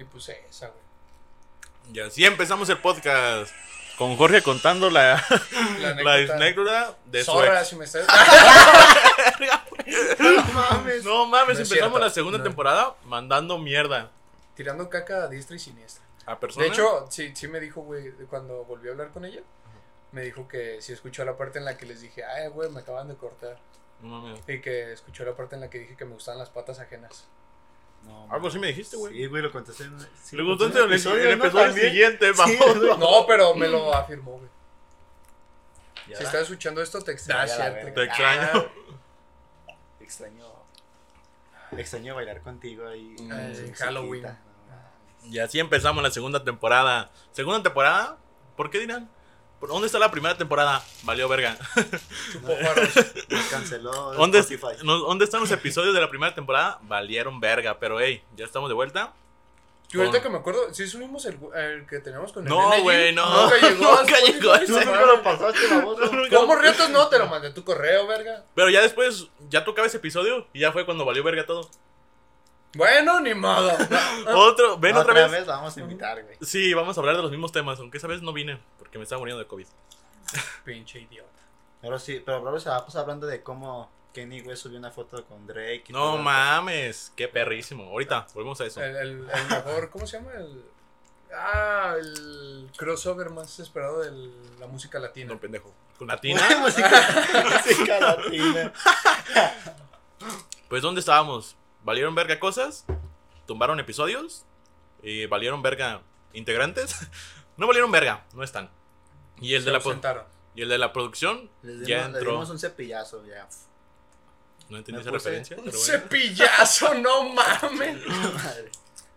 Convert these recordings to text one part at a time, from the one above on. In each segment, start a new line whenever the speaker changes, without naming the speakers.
Y pues esa, güey.
Y así empezamos el podcast. Con Jorge contando la,
La
la anécdota de su
Zorra,
ex.
si me estás. no mames.
No mames,
No es
empezamos
cierto.
la segunda
No.
temporada mandando mierda
Tirando caca a diestra y siniestra.
a
De
personas.
hecho, sí, sí me dijo, güey, cuando volví a hablar con ella, me dijo que sí escuchó la parte en la que les dije, ay, güey, me acaban de cortar.
No mames.
Y que escuchó la parte en la que dije que me gustaban las patas ajenas.
No,
Algo así me dijiste,
güey.
güey.
Ah, pues, Sí, güey, lo contaste en sí,
Le
lo
gustó
contaste en
el episodio,
¿no?
empezó el
También.
siguiente,
Sí,
vamos.
güey.
No, pero me lo afirmó, güey.
Ya
Si
la-
estás escuchando esto, te
ya
extraño.
la verga.
Te extraño.
Ah.
Extraño. Ah, Extraño bailar contigo ahí.
En
con la
Halloween.
musiquita, no.
Y así empezamos la segunda temporada. Segunda temporada, ¿por qué dirán? ¿Por ¿Dónde está la primera temporada? Valió verga.
Chupó faros.
Nos canceló
¿Dónde,
Spotify.
no- ¿Dónde están los episodios de la primera temporada? Valieron verga, pero hey, ya estamos de vuelta.
Yo ahorita
Con-
que me acuerdo, sí subimos el, el que teníamos con el
No,
NG.
güey, no.
Nunca llegó. a
Nunca
Spotify,
llegó ese.
no
Nunca
mames.
lo pasaste, baboso.
¿Cómo retos no? Te lo mandé a tu correo, verga.
Pero ya después, ya tocaba ese episodio y ya fue cuando valió verga todo.
Bueno, ni modo.
Ah.
Otro, ven otra, vez.
la vamos a invitar, güey.
Sí, vamos a hablar de los mismos temas, aunque esa vez no vine porque me estaba muriendo de COVID.
Pinche idiota.
Pero sí, pero Robert se va a pasar hablando de cómo Kenny, güey, subió una foto con Drake. y
No
todo.
mames, qué perrísimo. Ahorita, volvemos a eso.
Eh.
El, el- el mejor, ¿cómo se llama? El, ah, el crossover más esperado de la música latina.
No, pendejo. Con Latina.
música, música latina.
Pues ¿dónde estábamos? ¿Valieron verga cosas? ¿Tumbaron episodios? ¿Y valieron verga integrantes? no valieron verga, no están. Y el,
Se
de la, pro-
ausentaron.
y el de la producción
Les dimos,
ya
le
entró.
dimos un cepillazo, ya.
No entendí
me
esa
puse-
referencia.
Un
pero bueno.
cepillazo, no mames.
Madre.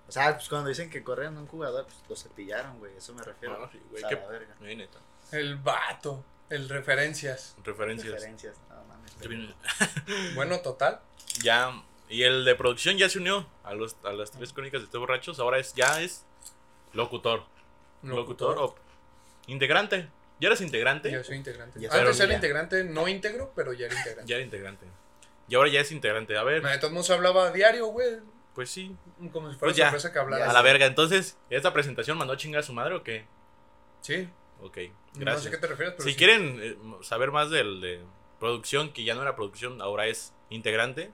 O sea, pues cuando dicen que corren a un jugador, pues lo cepillaron, güey. Eso me refiero.
Ah, sí, güey,
O sea,
qué-
la verga.
Ay, neta,
El vato. El referencias.
Referencias.
Referencias, no mames.
Ya viene-
Bueno, total.
Ya. Y el de producción ya se unió a, los, a las tres crónicas de Tres Borrachos. Ahora es, ya es locutor. Locutor, o integrante. ¿Ya eres integrante?
Yo soy integrante.
Ya
Antes
soy
era
ya.
integrante, no íntegro, pero ya era integrante.
Ya era integrante. Y ahora ya es integrante. A ver,
De todos modos hablaba a diario, güey.
pues sí.
Como si fuera
Pues ya.
sorpresa que hablara.
A la verga. Entonces, ¿esta presentación mandó a chingar a su madre o qué?
Sí.
Ok,
No sé
gracias.
a qué te refieres, pero
si
sí.
quieren eh, saber más del de producción, que ya no era producción, ahora es integrante,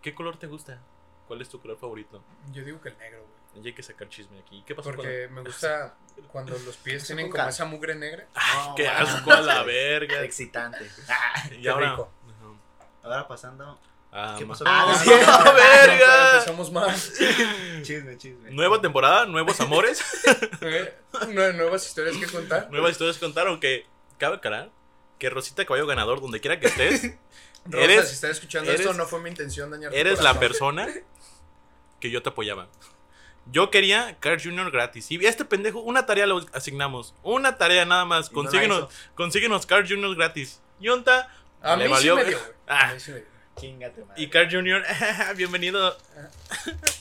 ¿qué color te gusta? ¿Cuál es tu color favorito?
Yo digo que el negro, güey.
Ya hay que sacar chisme aquí. ¿Qué pasó con
Porque me gusta cuando los pies tienen como
Nunca.
esa mugre negra.
No,
Ah, ¡Qué
mames.
asco a la verga!
Excitante. Ah,
Y
qué
ahora...
rico.
Ajá.
Ahora pasando.
Ah,
¿Qué
ma-
pasó?
¡Ah,
Ah,
sí,
no, no,
la verga!
Empezamos más.
Chisme, chisme.
Nueva temporada, nuevos amores,
Eh, nue- nuevas historias que contar.
nuevas historias que contar, aunque cabe aclarar que Rosita Caballo Ganador, donde quiera que estés,
Rosa,
Eres-
si estás escuchando
eres-
esto, no fue mi intención dañar tu
eres la
corazón.
persona que yo te apoyaba. Yo quería Carl Jr. gratis. Y este pendejo, una tarea lo asignamos. Una tarea nada más.
Y no la
Consíguenos, consíguenos Carl Jr. gratis. Yonta
A
Le
mí sí
valió
me
ver-
dio, güey.
Ah.
A mí sí me dio.
Chingate, madre.
y Carl Jr. Bienvenido.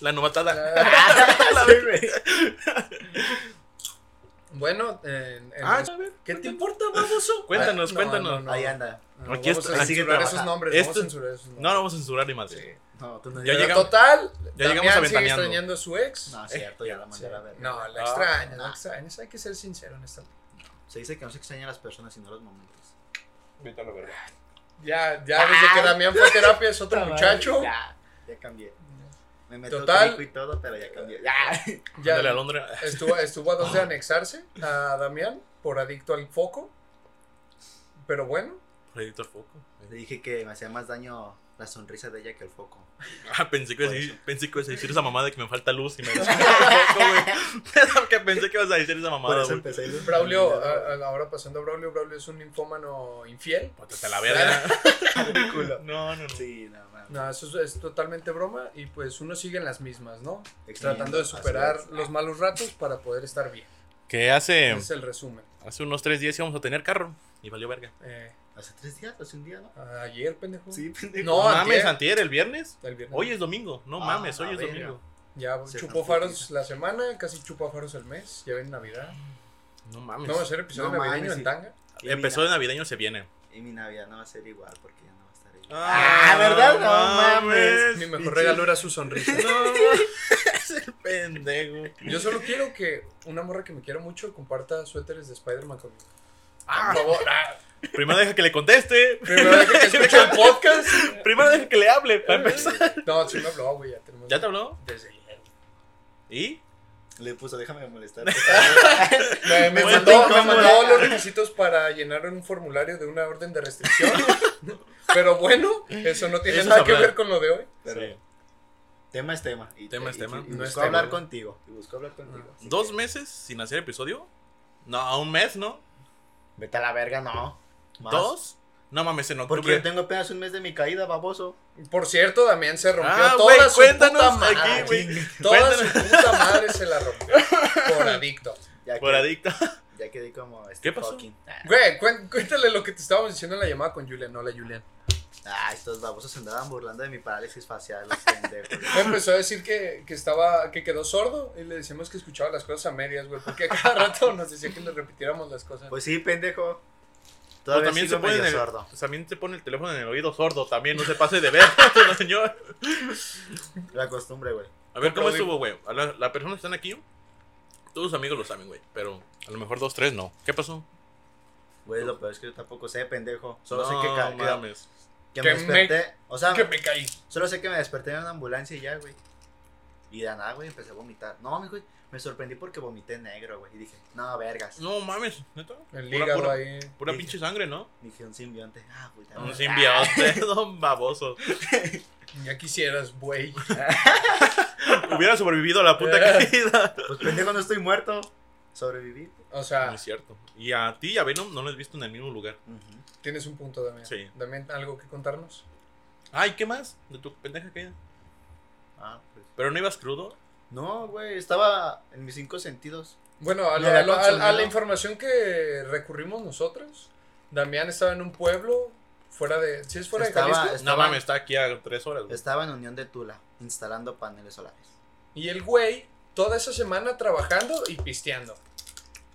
La novatada.
Ah,
Sí, güey.
Bueno, en- en-
Ah, a ver,
¿qué te importa, baboso?
Cuéntanos,
No,
cuéntanos.
no, no.
Ahí anda.
No,
Aquí
vamos
está-
a
sigue
censurar esos
trabajando.
nombres.
Esto-
Vamos a censurar esos nombres.
No lo vamos a censurar ni más.
Sí.
No, tú no
Ya
Pero
llegamos-
total,
ya
ya
llegamos a
llegamos sigue
ventaneando.
extrañando a su ex.
No, es cierto, ya la mandé
Sí.
a la verga.
No, la
Ah,
extrañas,
no.
la extrañas. Hay que ser sincero en esta vida.
Se dice que no se extraña a las personas, sino a los momentos.
Ya, ya desde que Damián fue a terapia es otro muchacho.
Ya, ya cambié. Me meto
Total.
Total. y todo, pero ya cambié. Ya.
Ya
Ándale, Alondra.
estuvo, estuvo a dos de anexarse a Damián por adicto al foco. Pero bueno,
Por ahí está el foco.
Le dije que me hacía más daño la sonrisa de ella que el foco.
Ah, pensé que, ibas a
Por
decir- pensé que ibas a decir esa mamada de que me falta luz y me decía, "No, foco, güey". que pensé que ibas a decir esa
Por
mamada,
eso
güey.
empecé. el-
Braulio, a- a- ahora pasando a Braulio, Braulio es un ninfómano infiel.
Póntate a la verga. No, no, no.
Sí, nada más.
No, eso es, es totalmente broma y pues uno sigue en las mismas, ¿no? Tratando de superar los malos ratos para poder estar bien.
Que hace,
Ese es el resumen.
hace unos tres días íbamos a tener carro y valió verga.
Eh,
Hace tres días, hace un día, ¿no?
ayer, pendejo.
pendejo.
No,
No, mames,
antier.
antier, el viernes.
El viernes.
Hoy es domingo. No
Ah,
mames,
la
hoy es
verga.
domingo.
Ya
Se
chupó
nos fue
faros
quizá.
la semana, casi chupó faros el mes, ya viene Navidad.
Pues, No mames.
No va a ser episodio
No
navideño
mames,
en
sí.
tanga.
Y mi
Empezó de
nav-
navideño se viene.
Y mi Navidad no va a ser igual porque ya no va a estar ahí.
Ah,
Ah, ¿verdad? No
mames.
mames.
Mi mejor regalo era su sonrisa.
No, es el pendejo.
Yo solo quiero que una morra que me quiera mucho comparta suéteres de Spider-Man conmigo.
Ah.
Por favor, ah,
Primero deja que le conteste.
primero deja que escuche el podcast.
Primero deja que le hable, para empezar.
No, sí me habló, güey, ya tenemos.
¿Ya te habló?
Desde ayer.
¿Y?
Le puso, déjame de molestar.
Me, me
Muy
mandó, me
incómodo.
mandó los requisitos para llenar un formulario de una orden de restricción. Pero bueno, eso no tiene
Eso es
nada que
hablar.
ver con lo de hoy.
Pero
Sí.
tema es tema. Y,
Tema es
y-
tema.
Y,
No es
buscó
tema,
hablar
¿no?
contigo. Y buscó hablar contigo. así
¿Dos
que-
meses sin hacer episodio? No, a un mes, ¿no?
Vete a la verga, no. Más.
¿Dos? No mames, en
Porque
octubre.
yo tengo apenas un mes de mi caída, baboso.
Por cierto, Damián se rompió
Ah,
toda
güey,
su
cuéntanos
puta madre.
aquí,
Ah,
güey.
Toda
Cuéntanos.
su puta madre se la rompió. Por adicto.
Ya
Por
que-
adicta.
Ya quedé como este
¿Qué pasó?
fucking- Ah,
Güey, cuen- cuéntale lo que te estábamos diciendo en la llamada con Julian. Hola, Julian.
Ah, estos babosos se andaban burlando de mi parálisis facial, los pendejos.
Empezó a decir que, que estaba, que quedó sordo y le decimos que escuchaba las cosas a medias, güey, porque a cada rato nos decía que le repitiéramos las cosas.
Pues sí, pendejo.
O
Todavía
también se
sigo
pone
medio
en el,
sordo.
También se pone el teléfono en el oído sordo, también no se pase de ver, este señor.
La costumbre, güey.
A ver, ¿cómo
Aplaudí.
estuvo, güey? A la- Las personas que están aquí, todos sus amigos lo saben, güey. Pero a lo mejor dos, tres no. ¿Qué pasó?
Güey, lo peor es que yo tampoco sé, pendejo. Solo sé
No,
que, ca- que-
mames.
que
Que
me
me-
desperté. O sea,
que me caí.
solo sé que me desperté en una ambulancia y ya, güey. Y de nada, güey, empecé a vomitar. No, mi güey, me sorprendí porque vomité negro, güey. Y dije, no, vergas.
No mames, neta.
El
Pura,
hígado
pura-
ahí.
pura
Sí.
pinche sangre, ¿no?
Dije, un simbionte. Ah, güey,
Un
también.
simbionte, don baboso.
Ya quisieras, güey.
Hubiera sobrevivido a la puta caída.
Pues pendejo, no estoy muerto. Sobreviví.
O
No
Ah. Pues,
sea,
es cierto. Y a ti y a Venom no los he visto en el mismo lugar.
Ujú.
tienes un punto, Damián.
Sí.
Damián, ¿algo que contarnos?
Ay, ¿qué más? De tu pendeja caída.
Ah, pues.
¿Pero no ibas crudo?
No, güey, estaba en mis cinco sentidos.
Bueno, a,
No,
la- a
no,
la- a- a la
no.
información que recurrimos nosotros, Damián estaba en un pueblo fuera de... ¿Sí es fuera de
Estaba-
Jalisco?
No
Estaba-
mames, está aquí a tres horas. güey.
Estaba en Unión de Tula, instalando paneles solares.
Y el güey, toda esa semana trabajando y pisteando.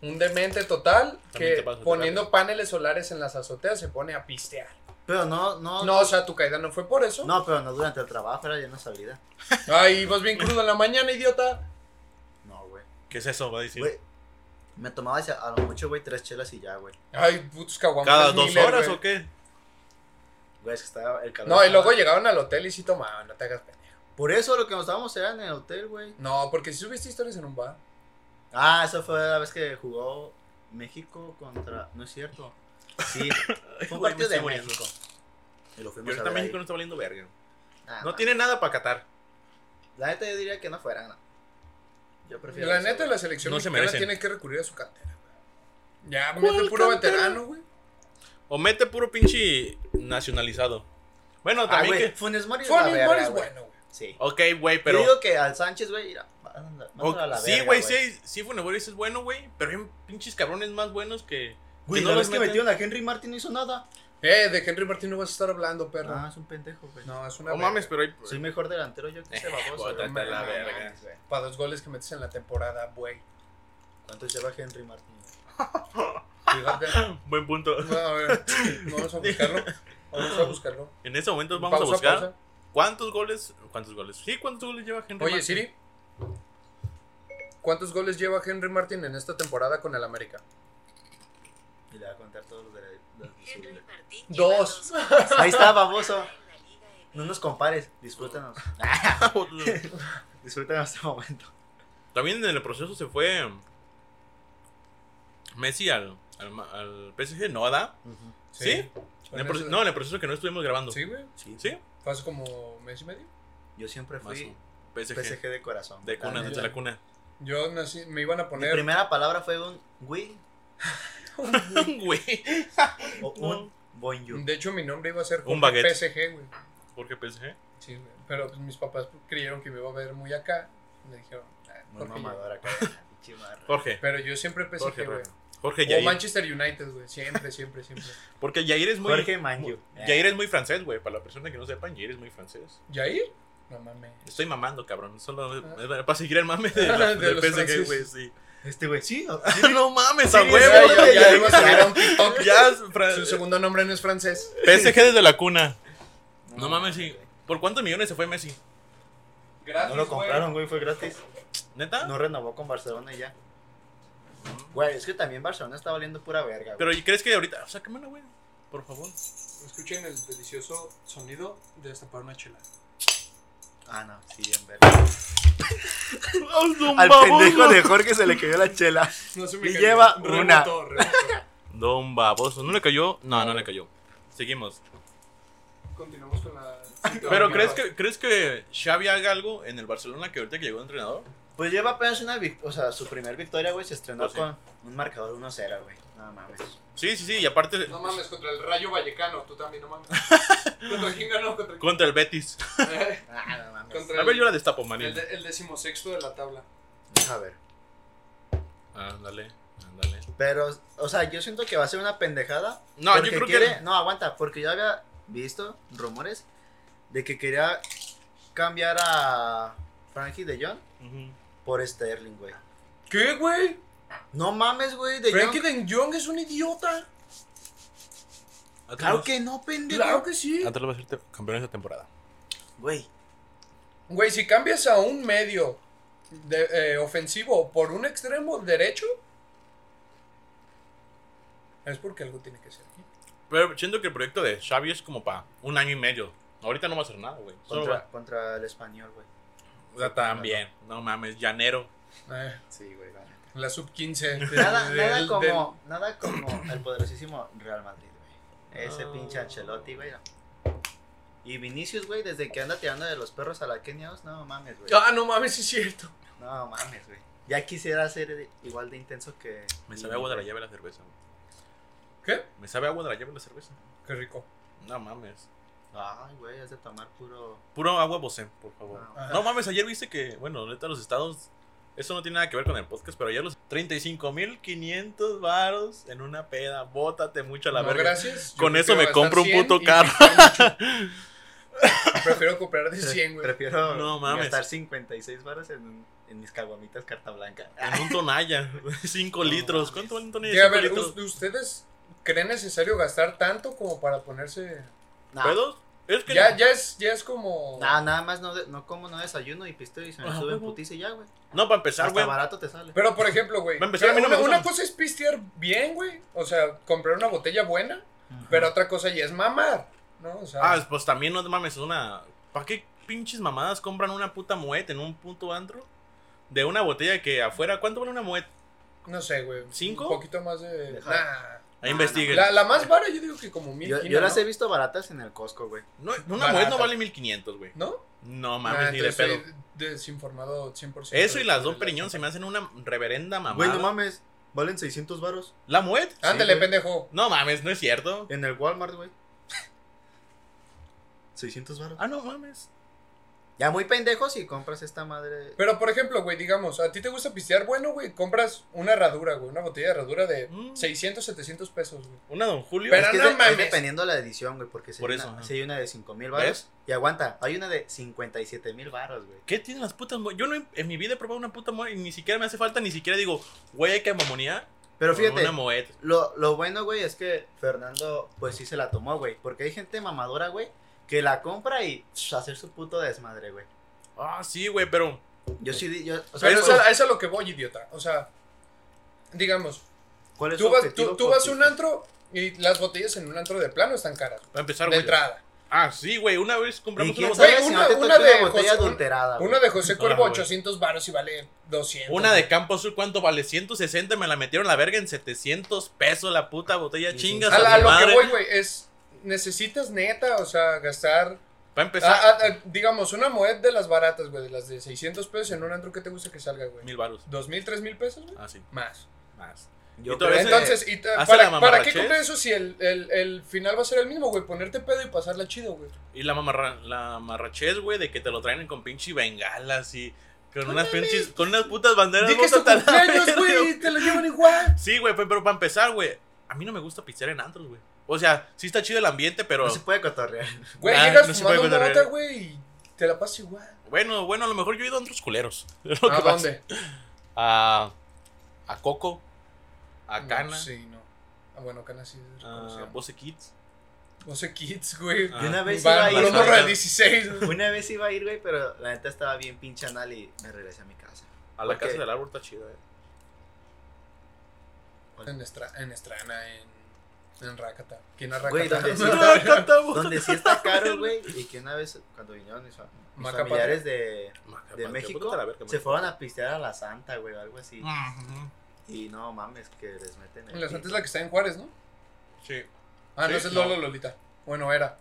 Un demente total
También
que
te pasa,
poniendo
te
paneles solares en las azoteas se pone a pistear.
Pero no, Oh, no,
No, o sea, tu caída no fue por eso.
No, pero no durante el trabajo, era ya en la salida.
Ay, vas bien crudo en la mañana, idiota.
No, güey.
¿Qué es eso? Va a decir.
Güey, me tomaba hacia- a lo mucho, güey, tres chelas y ya, güey.
Ay, putos caguamas.
¿Cada dos
Miller,
horas
güey.
o qué?
Güey, es que estaba el calor.
No, y
estaba-
luego llegaron al hotel y sí tomaban, no te hagas pendejo.
Por eso lo que nos estábamos era en el hotel, güey.
No, porque si subiste historias en un bar.
Ah, esa fue la vez que jugó México contra... No es cierto. Sí, fue
Güey,
un
me
partido
estoy
de
muriendo.
México. Y lo
Y
fuimos a
ahorita
ver
México no
ahí.
está valiendo verga.
Ah,
No tiene nada para Qatar.
La neta yo diría que no fueran. no. Yo prefiero...
La
eso,
neta,
güey.
la selección
No se
mexicana
merecen.
tiene que recurrir a su cantera. güey. Ya,
¿Cuál
mete puro
cantera?
veterano, güey.
O mete puro pinche nacionalizado. Bueno,
Ah,
también
güey,
que.
Funes Mori es la
Funes
verga,
Mori es
güey.
bueno, güey.
Sí.
Ok, güey, pero.
Pero... Yo digo que al Sánchez, güey, mira, mándalo- mándalo a la
Ok, sí,
verga,
güey, sí, sí, Funes Mori es bueno, güey. Pero hay pinches cabrones más buenos que.
Güey,
que
no
los
ves que
meten.
metieron a Henry Martin no hizo nada.
Eh, de Henry Martín no vas a estar hablando, perro.
Ah, es un pendejo, güey.
No, es una.
No mames, pero hay.
Soy mejor delantero yo que ese
Eh,
baboso.
bótate
güey.
a la
No
verga.
mames, güey.
Para dos goles que metes en la temporada, güey.
¿Cuántos lleva Henry Martin?
Fíjate.
Buen punto.
No, a ver, vamos a buscarlo. Vamos a buscarlo.
En ese momento vamos
Pausa,
a buscar
pausa.
cuántos goles. ¿Cuántos goles? Sí, ¿cuántos goles lleva Henry
Oye,
Martin?
Siri. ¿Cuántos goles lleva Henry Martin en esta temporada con el América?
Y le va a contar todos los de los de su vida.
Dos.
Ahí está, baboso. No nos compares, disfrútanos. disfrútanos este momento.
También en el proceso se fue. Messi al, al, ma- al PSG, ¿no, Ada? ¿Sí? En el proce- no, en el proceso que no estuvimos grabando.
Sí, güey.
Sí.
¿Sí?
Fue hace como mes y medio.
Yo siempre
Más
fui
un PSG.
PSG de corazón.
De
Ah,
cuna,
La neta.
desde la cuna.
Yo nací, me iban a
Mi
poner.
primera palabra fue un güey
Güey.
o
No.
un bonjour.
De hecho, mi nombre iba a ser Jorge
Un baguette.
PSG, güey.
¿Por qué PSG?
Sí, güey. Pero pues, mis papás creyeron que me iba a ver muy acá. Me dijeron, ah,
Muy
Jorge.
mamador acá. pinche marra.
Jorge.
Pero yo siempre
Jorge,
PSG, güey. Oh,
Ramos. Jorge
O
Jair.
Manchester United, güey. Siempre, siempre, siempre.
Porque Jair es muy.
Jorge Manju.
Jair es muy francés, güey. Para la persona que no sepan, Jair es muy francés.
¿Jair? No mames.
Estoy mamando, cabrón. Solo
Ah.
es para seguir el mame de,
Ah,
la-
de
del
los
PSG,
franceses.
güey. Sí.
Este güey. Sí,
no mames, a
Sí,
Ya,
huevo.
güey,
ya,
güey.
ya iba a subir a un TikTok.
Ya, es fran-
Su segundo nombre no es francés.
PSG desde la cuna. No,
No,
mames, sí. ¿Por cuántos millones se fue Messi?
Gratis,
no lo
güey.
compraron, güey, fue gratis.
¿Neta?
No renovó con Barcelona y ya. Güey, es que también Barcelona está valiendo pura verga, güey.
Pero ¿y crees que ahorita? Sácamela, güey. Por favor.
Escuchen el delicioso sonido de destapar una chela.
Ah, no, sí, bien verga. Al pendejo de Jorge se le cayó la chela.
No se
Y
cayó.
lleva
Rebotó,
una.
rebotó.
Don baboso. ¿No le cayó? No, no le cayó. Seguimos.
Continuamos con la.
Pero ¿crees que, ¿crees que Xavi haga algo en el Barcelona que ahorita que llegó el entrenador?
Pues lleva apenas una victoria, o sea, su primer victoria, güey, se estrenó
Pues sí.
con un marcador 1-0, güey. No mames.
Sí, sí, sí. Y aparte,
No mames, contra el Rayo Vallecano, tú también, no mames. ¿Contra quién ganó? ¿Contra quién?
contra el Betis.
Ah, no mames.
Contra
A ver, yo
el,
la destapo, manín.
el, de- el decimosexto de la tabla.
A ver.
Ándale, ándale.
Pero, o sea, yo siento que va a ser una pendejada.
No, yo
porque
creo que-
quiere- No, aguanta, porque yo había visto rumores de que quería cambiar a Frankie de Jong por Sterling, güey.
¿Qué, güey?
No mames, güey, de Jong.
Den Jong es un idiota.
Claro que no, pendejo.
que sí.
Atlas va a ser te- campeón esta temporada.
Güey,
Güey, si cambias a un medio de- eh, ofensivo por un extremo derecho, es porque algo tiene que ser.
Pero siento que el proyecto de Xavi es como para un año y medio. Ahorita no va a hacer nada, güey. Solo
contra,
va-
contra el español, güey.
o sea, también. No mames, llanero.
Eh,
Sí, güey, la neta.
la sub 15.
Nada, nada como, nada como el poderosísimo Real Madrid, güey. Ese
No.
pinche Ancelotti, güey. no. Y Vinicius, güey, desde que anda tirando de los perros a la Kenia, no mames, güey.
Ah, no mames, sí es cierto.
No mames, güey. Ya quisiera ser igual de intenso que.
Me sabe agua de la llave la cerveza, güey.
¿Qué?
Me sabe agua de la llave la cerveza.
Qué rico.
No mames.
Ay, güey, has de tomar puro.
Puro agua bocén, por favor.
No.
Ajá.
No mames, ayer viste que, bueno, neta, los estados. Eso no tiene nada que ver con el podcast, pero ayer los 35.500 varos en una peda. Bótate mucho a la
No,
verga.
gracias. Yo
Con eso me
prefiero
compro un
gastar
puto
100 y
carro.
Prefiero comprar de 100, güey.
Prefiero
No mames.
gastar 56 baros en, un- en mis caguamitas carta blanca. Ah,
En un tonalla, 5
No
litros.
mames.
¿Cuánto vale un tonalla?
Ya, a
de 5
ver,
litros?
¿us- ¿ustedes creen necesario gastar tanto como para ponerse...?
Nah.
¿Pedos? Es que.
Ya, ya, es, ya es como...
Nah, nada más no, de- no como, no desayuno y pisto y se me
Ajá,
sube en
huevo.
putiza y ya, güey.
No, para empezar,
Hasta
güey.
barato te sale.
Pero, por ejemplo, güey,
Va a empezar, pues a mí no me
una,
gusta.
una cosa es pistear bien, güey. O sea, comprar una botella buena, pero otra cosa ya es mamar, ¿no? O sea,
Ah, pues también no te mames, una. ¿Para qué pinches mamadas compran una puta muet en un punto antro? De una botella que afuera. ¿Cuánto vale una muet?
no sé, güey.
¿Cinco?
Un poquito más de...
Deja.
Nah.
Ahí
Ah,
investiguen.
La, la más vara yo digo que como mil
Yo,
quina,
yo las
¿no?
he visto baratas en el Costco, güey.
No, una muet
Barata.
no vale 1500, güey.
¿No?
No
Ah,
mames, ni de
entonces
pedo.
soy desinformado 100%.
Eso y las dos
periñón
periñón se me hacen una reverenda mamada.
Güey, no mames, valen 600 baros
¿La muet?
Ándale,
Sí, güey.
pendejo.
No mames, no es cierto.
en el Walmart, güey. 600 baros.
Ah, no mames.
Ya muy pendejo si compras esta madre.
Pero, por ejemplo, güey, digamos, ¿a ti te gusta pistear? Bueno, güey, compras una herradura, güey, una botella de herradura de
Mm.
600, 700 pesos, güey.
Una don Julio.
Pero-
Es que
no
es de-
mames.
es dependiendo la edición, güey, porque si,
Por
hay,
eso,
una,
ajá.
si hay una de 5 mil
¿Ves?
baros. Y aguanta, hay una de 57 mil baros, güey.
¿Qué tienen las putas muet? Yo no he- en mi vida he probado una puta muet y ni siquiera me hace falta, ni siquiera digo, güey, hay que mamonear.
Pero
con
fíjate,
Una muet.
lo, lo bueno, güey, es que Fernando, pues sí se la tomó, güey. Porque hay gente mamadora, güey, que la compra y psh, hacer su puto desmadre, güey.
Ah, sí, güey, pero.
Yo sí, di- yo, o sea,
Pero
¿cuál,
es a, es a lo que voy, idiota. O sea, digamos,
cuál es
tú
su
vas,
objetivo
tú, tú vas a
con-
un antro y las botellas en un antro de plano están caras.
Para empezar,
De
güey.
entrada.
Ah, sí, güey. Una vez
¿Y
compramos una
quién
botella.
sabe
Güey,
si
una-
no te
una
toca
de
una botella
José- un-
adulterada, güey?
Una de José Cuervo,
Ah, güey.
800 baros y vale 200.
Una de
güey.
Campo Azul, ¿cuánto vale? 160, me la metieron la verga en 700 pesos la puta botella.
Sí, sí.
Chingas
A,
a,
la- a
mi
lo
madre.
que voy, güey, es. Necesitas neta, o sea, gastar.
Para empezar,
Ah, ah, ah, digamos, una moed de las baratas, güey, de las de 600 pesos en un antro que te gusta que salga, güey.
mil baros.
¿Dos mil, tres mil pesos, güey?
Ah, sí,
Más.
más.
Yo
Y todo
creo
ese-
que-
Entonces, y ta- ¿para,
hace la ¿eh?
¿para
mamarrachés.
qué comprar eso si el, el, el final va a ser el mismo, güey? Ponerte pedo y pasarla chido, güey.
Y la, mamarra, la marrachez, güey, de que te lo traen con pinche bengalas y con unas pinches, con unas putas banderas.
Di que es tu
bótate a la
cumpleaños,
verga,
güey, te lo llevan igual.
Sí, güey, pe- pero para empezar, güey, a mí no me gusta pistear en antros, güey. O sea, sí está chido el ambiente, pero
No se puede cotorrear.
Güey,
Ah,
llegas
no se puede
fumando una
cotorrear.
nota, güey, y te la pasas igual.
bueno, bueno, a lo mejor yo he ido a antros culeros. Es lo
¿A
que pasa.
Ah, dónde?
A, a Coco, a
No,
Cana,
Sí, no. Ah, bueno, Cana sí. es
a
reconocida.
Bose Kids.
No sé, kids, güey.
Ah.
Y una vez iba
Va,
a ir.
una morra de
güey.
16. güey.
Una vez iba a ir, güey, pero la neta estaba bien pinche anal y me regresé a mi casa.
A la
Ok.
casa del árbol está chida, eh.
En, Estra- en Estrana, en, en Rakata. ¿Quién
Güey,
Rakata?
¿dónde sí está,
Donde
donde sí está caro, güey. Y que una vez, cuando vinieron mis, fa- mis
Macapato.
familiares de, de México, se fueron
a.
a pistear a la Santa, güey, o algo así.
Mm.
Y no mames, que les meten el
En la
pito.
Santa es la que está en Juárez, ¿no?
Sí.
Ah,
Sí,
no, esa es
no.
Lolo Lolita. Bueno, era.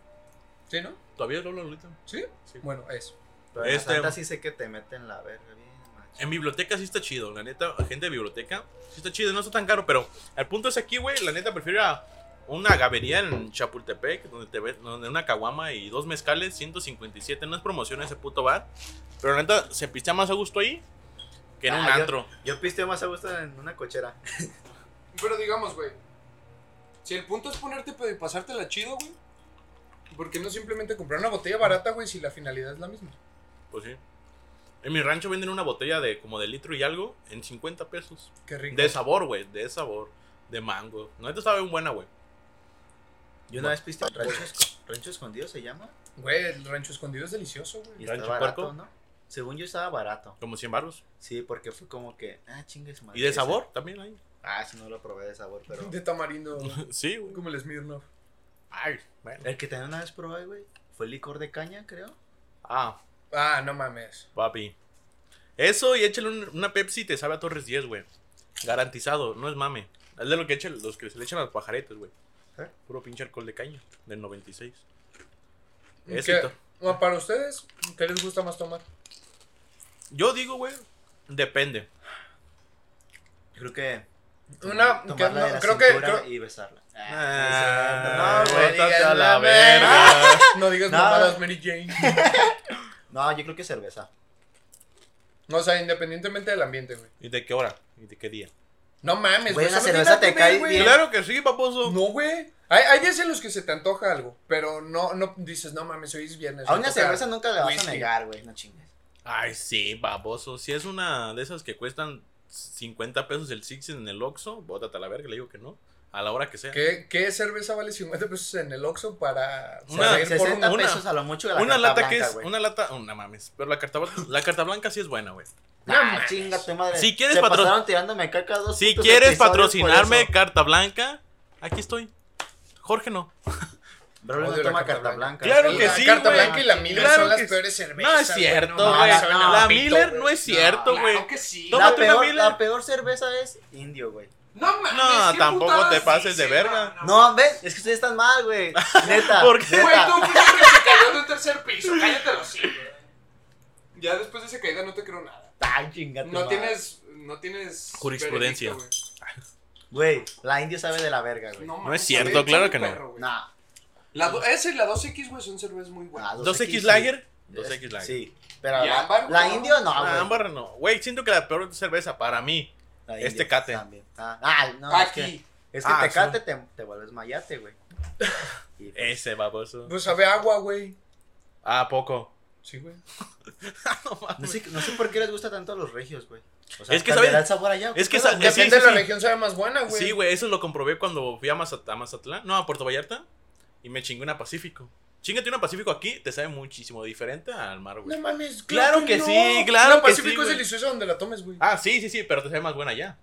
¿Sí, no?
Todavía lo ahorita.
¿Sí?
Sí.
Bueno, eso.
Pero en la
Este-
Santa sí sé que te meten la verga bien, macho.
En biblioteca sí está chido, la neta, gente de biblioteca sí está chido, no está tan caro, pero el punto es aquí, güey, la neta prefiero ir a una gavería en Chapultepec, donde te ve, donde una caguama y dos mezcales, 157, no es promoción ese puto bar, pero la neta se pistea más a gusto ahí que en un
Ah, yo-
antro.
Yo pisteo más a gusto en una cochera.
Pero digamos, güey. Si el punto es ponerte y pasártela chido, güey. ¿Por qué no simplemente comprar una botella barata, güey, si la finalidad es la misma?
Pues sí. En mi rancho venden una botella de como de litro y algo en 50 pesos.
Qué rico.
De sabor, güey, de sabor, de mango. No, esta sabe buena, güey.
Yo una vez pisteo en Rancho, Esco- Rancho Escondido, ¿se llama?
Güey, el rancho escondido es delicioso, güey.
Y
¿Rancho
está barato,
Puerco?
¿no? Según yo estaba barato.
Como 100 baros.
Sí, porque fue como que, ah, chingues, madre.
Y de sabor también hay.
Ah, sí, no lo probé de sabor, pero...
De tamarindo, güey,
Sí, güey.
como el Smirnoff.
Ay, bueno.
El que también una vez probé, güey, fue el licor de caña, creo.
Ah,
Ah, no mames.
Papi. Eso y échale un- una Pepsi y te sabe a Torres 10, güey. Garantizado, no es mame. Es de lo que echan los que se le echan a los pajaretes, güey.
¿Eh?
Puro pinche alcohol de caña, del 96.
¿Qué-
Éxito.
bueno, para ustedes, ¿qué les gusta más tomar?
Yo digo, güey, depende.
Yo creo que...
Una,
tomarla
que
de
no,
la
creo que,
cintura
creo-
y besarla.
Ah,
no, güey, Ah.
bótate
digas
a la
mame.
verga.
no digas
No.
mamadas, Mary Jane.
No, yo creo que cerveza.
No, o sea, independientemente del ambiente, güey.
¿Y de qué hora? ¿Y de qué día?
No mames,
Güey,
eso
la
no tiene
cerveza
nada que
te
ver,
cae
güey.
bien.
Claro que sí, paposo.
No, güey. Hay, hay días en los que se te antoja algo, pero no, no dices, no mames, hoy es viernes.
A
me
una
toca
cerveza nunca la vas
whisky".
a negar, güey, no chingues.
Ay, sí, baboso. Si es una de esas que cuestan 50 pesos el Six en el Oxxo, bótate a la verga, le digo que no. A la hora que sea.
¿Qué, qué cerveza vale 50 pesos en el Oxxo para
Una-
para ir por
60
una-
pesos a lo mucho de la
una
carta
lata
blanca,
que es.
güey.
Una lata. Una mames. Pero la carta, la carta blanca sí es buena, güey.
No
Ah,
mames.
chinga tu madre.
Si quieres
Se
patro-
pasaron tirándome caca dos
Si
putos
quieres
episodios por
patrocinarme,
eso.
carta blanca, aquí estoy. Jorge no.
Bro,
Odio
no
la
toma
carta blanca.
carta blanca.
Claro
La
que sí,
carta
güey.
blanca y la Miller
Claro
son las
que sí.
peores cervezas.
No es
güey,
cierto,
mames,
güey.
son una
La
pito,
Miller
güey.
no es cierto,
No,
güey.
Claro que sí.
Toma-
La
Tómate una
peor,
Miller.
la peor cerveza es indio, güey.
No mames.
No,
qué
tampoco
putadas
te pases de
dices,
verga.
No, ven, es que ustedes están mal, güey. Neta.
¿Por qué?
neta.
Güey, tú fuiste el que se cayó de un tercer piso. Cállate los cinco. Ya después de esa caída no te creo nada.
Ay, chinga tu
No
madre.
tienes. No tienes.
Jurisprudencia.
veredicto,
Güey, la indio sabe de la verga,
güey.
güey.
es
mames,
cierto,
sabe,
claro
sabe
que no.
perro, güey.
Nah.
La do- esa y la 2X, güey, son cervezas muy buenas.
nah,
2X
sí.
Lager.
Es-
2X Lager.
Sí. Pero
¿Y
la,
ámbar?
la
No.
indio no, güey.
Ah, ámbar no. Güey, siento que la peor cerveza para mí.
La
este
indio
cate.
también. Ah, ah, no.
Aquí.
Es que, es que
Ah,
te cate, te, te vuelves mayate, güey. Y, pues,
Ese baboso.
Pues sabe a agua, güey.
Ah, poco.
Sí, güey.
No sé, no sé por qué les gusta tanto a los regios, güey. O
Es que
cambiará
saben-
el sabor allá. o qué
es que
pedo,
sa-
güey?
es- sí,
Depende de la
sí.
región, sabe más buena, güey.
Sí, güey, eso lo comprobé cuando fui a, Mazat- a Mazatlán. No, a Puerto Vallarta. Y me chingué una Pacífico. Chingate una Pacífico aquí, te sabe muchísimo diferente al mar, güey.
No mames,
Claro que sí,
La
claro que sí,
Pacífico es
güey.
deliciosa donde la tomes, güey.
Ah, sí, sí, sí, pero te sabe más buena allá.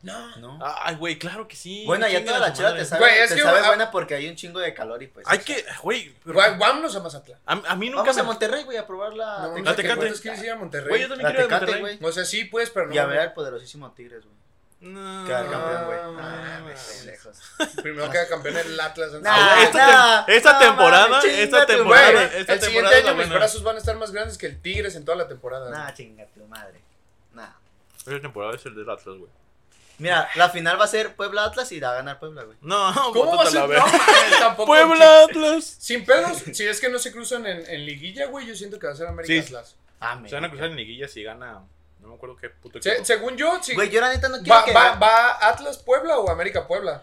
No.
No.
Ay, güey, claro que Ah, sí.
bueno, allá
Chinga
toda la
su
chela
madre.
te sabe,
Güey, es
te
que,
sabe
ah,
buena porque hay un chingo de calor y pues.
Hay
o sea,
que, güey, pero-
Güey, vámonos a Mazatlán.
a, a mí nunca
Vamos
se
a Monterrey, güey, a probar la.
No,
Tecate.
que cuentas quieres ir a Monterrey.
Güey, yo también
La
quiero ir a
Tecate,
Monterrey.
güey.
O sea, sí, pues, pero no.
Y a ver
mames.
al poderosísimo Tigres, güey.
No.
Quedar campeón, güey.
no,
Ah, güey,
Ah, no.
pendejos.
Primero queda campeón el Atlas. antes-
Nah,
Güey,
Ah, esta,
nah,
tem- esta
Ah, no,
temporada,
mames, chinga
esta
tu
temporada,
madre.
esta
el siguiente
temporada es la
año mis
buena.
brazos van a estar más grandes que el Tigres en toda la temporada.
Nah, chinga tu madre. Nah.
Esta temporada es el del Atlas, güey.
Mira, la final va a ser Puebla Atlas y la va a ganar Puebla, güey.
No,
¿Cómo
bótate
va a ser?
la
No,
verga.
mames, tampoco.
Puebla Atlas.
Sin pedos, si es que no se cruzan en, en liguilla, güey, yo siento que va a ser América
Sí.
Atlas.
Ah, me-
Se van a cruzar en liguillas si gana. No me acuerdo qué puto
Se-
equipo.
según yo, sí.
Güey, yo la neta no quiero
va,
que.
va, ¿Va Atlas Puebla o América Puebla?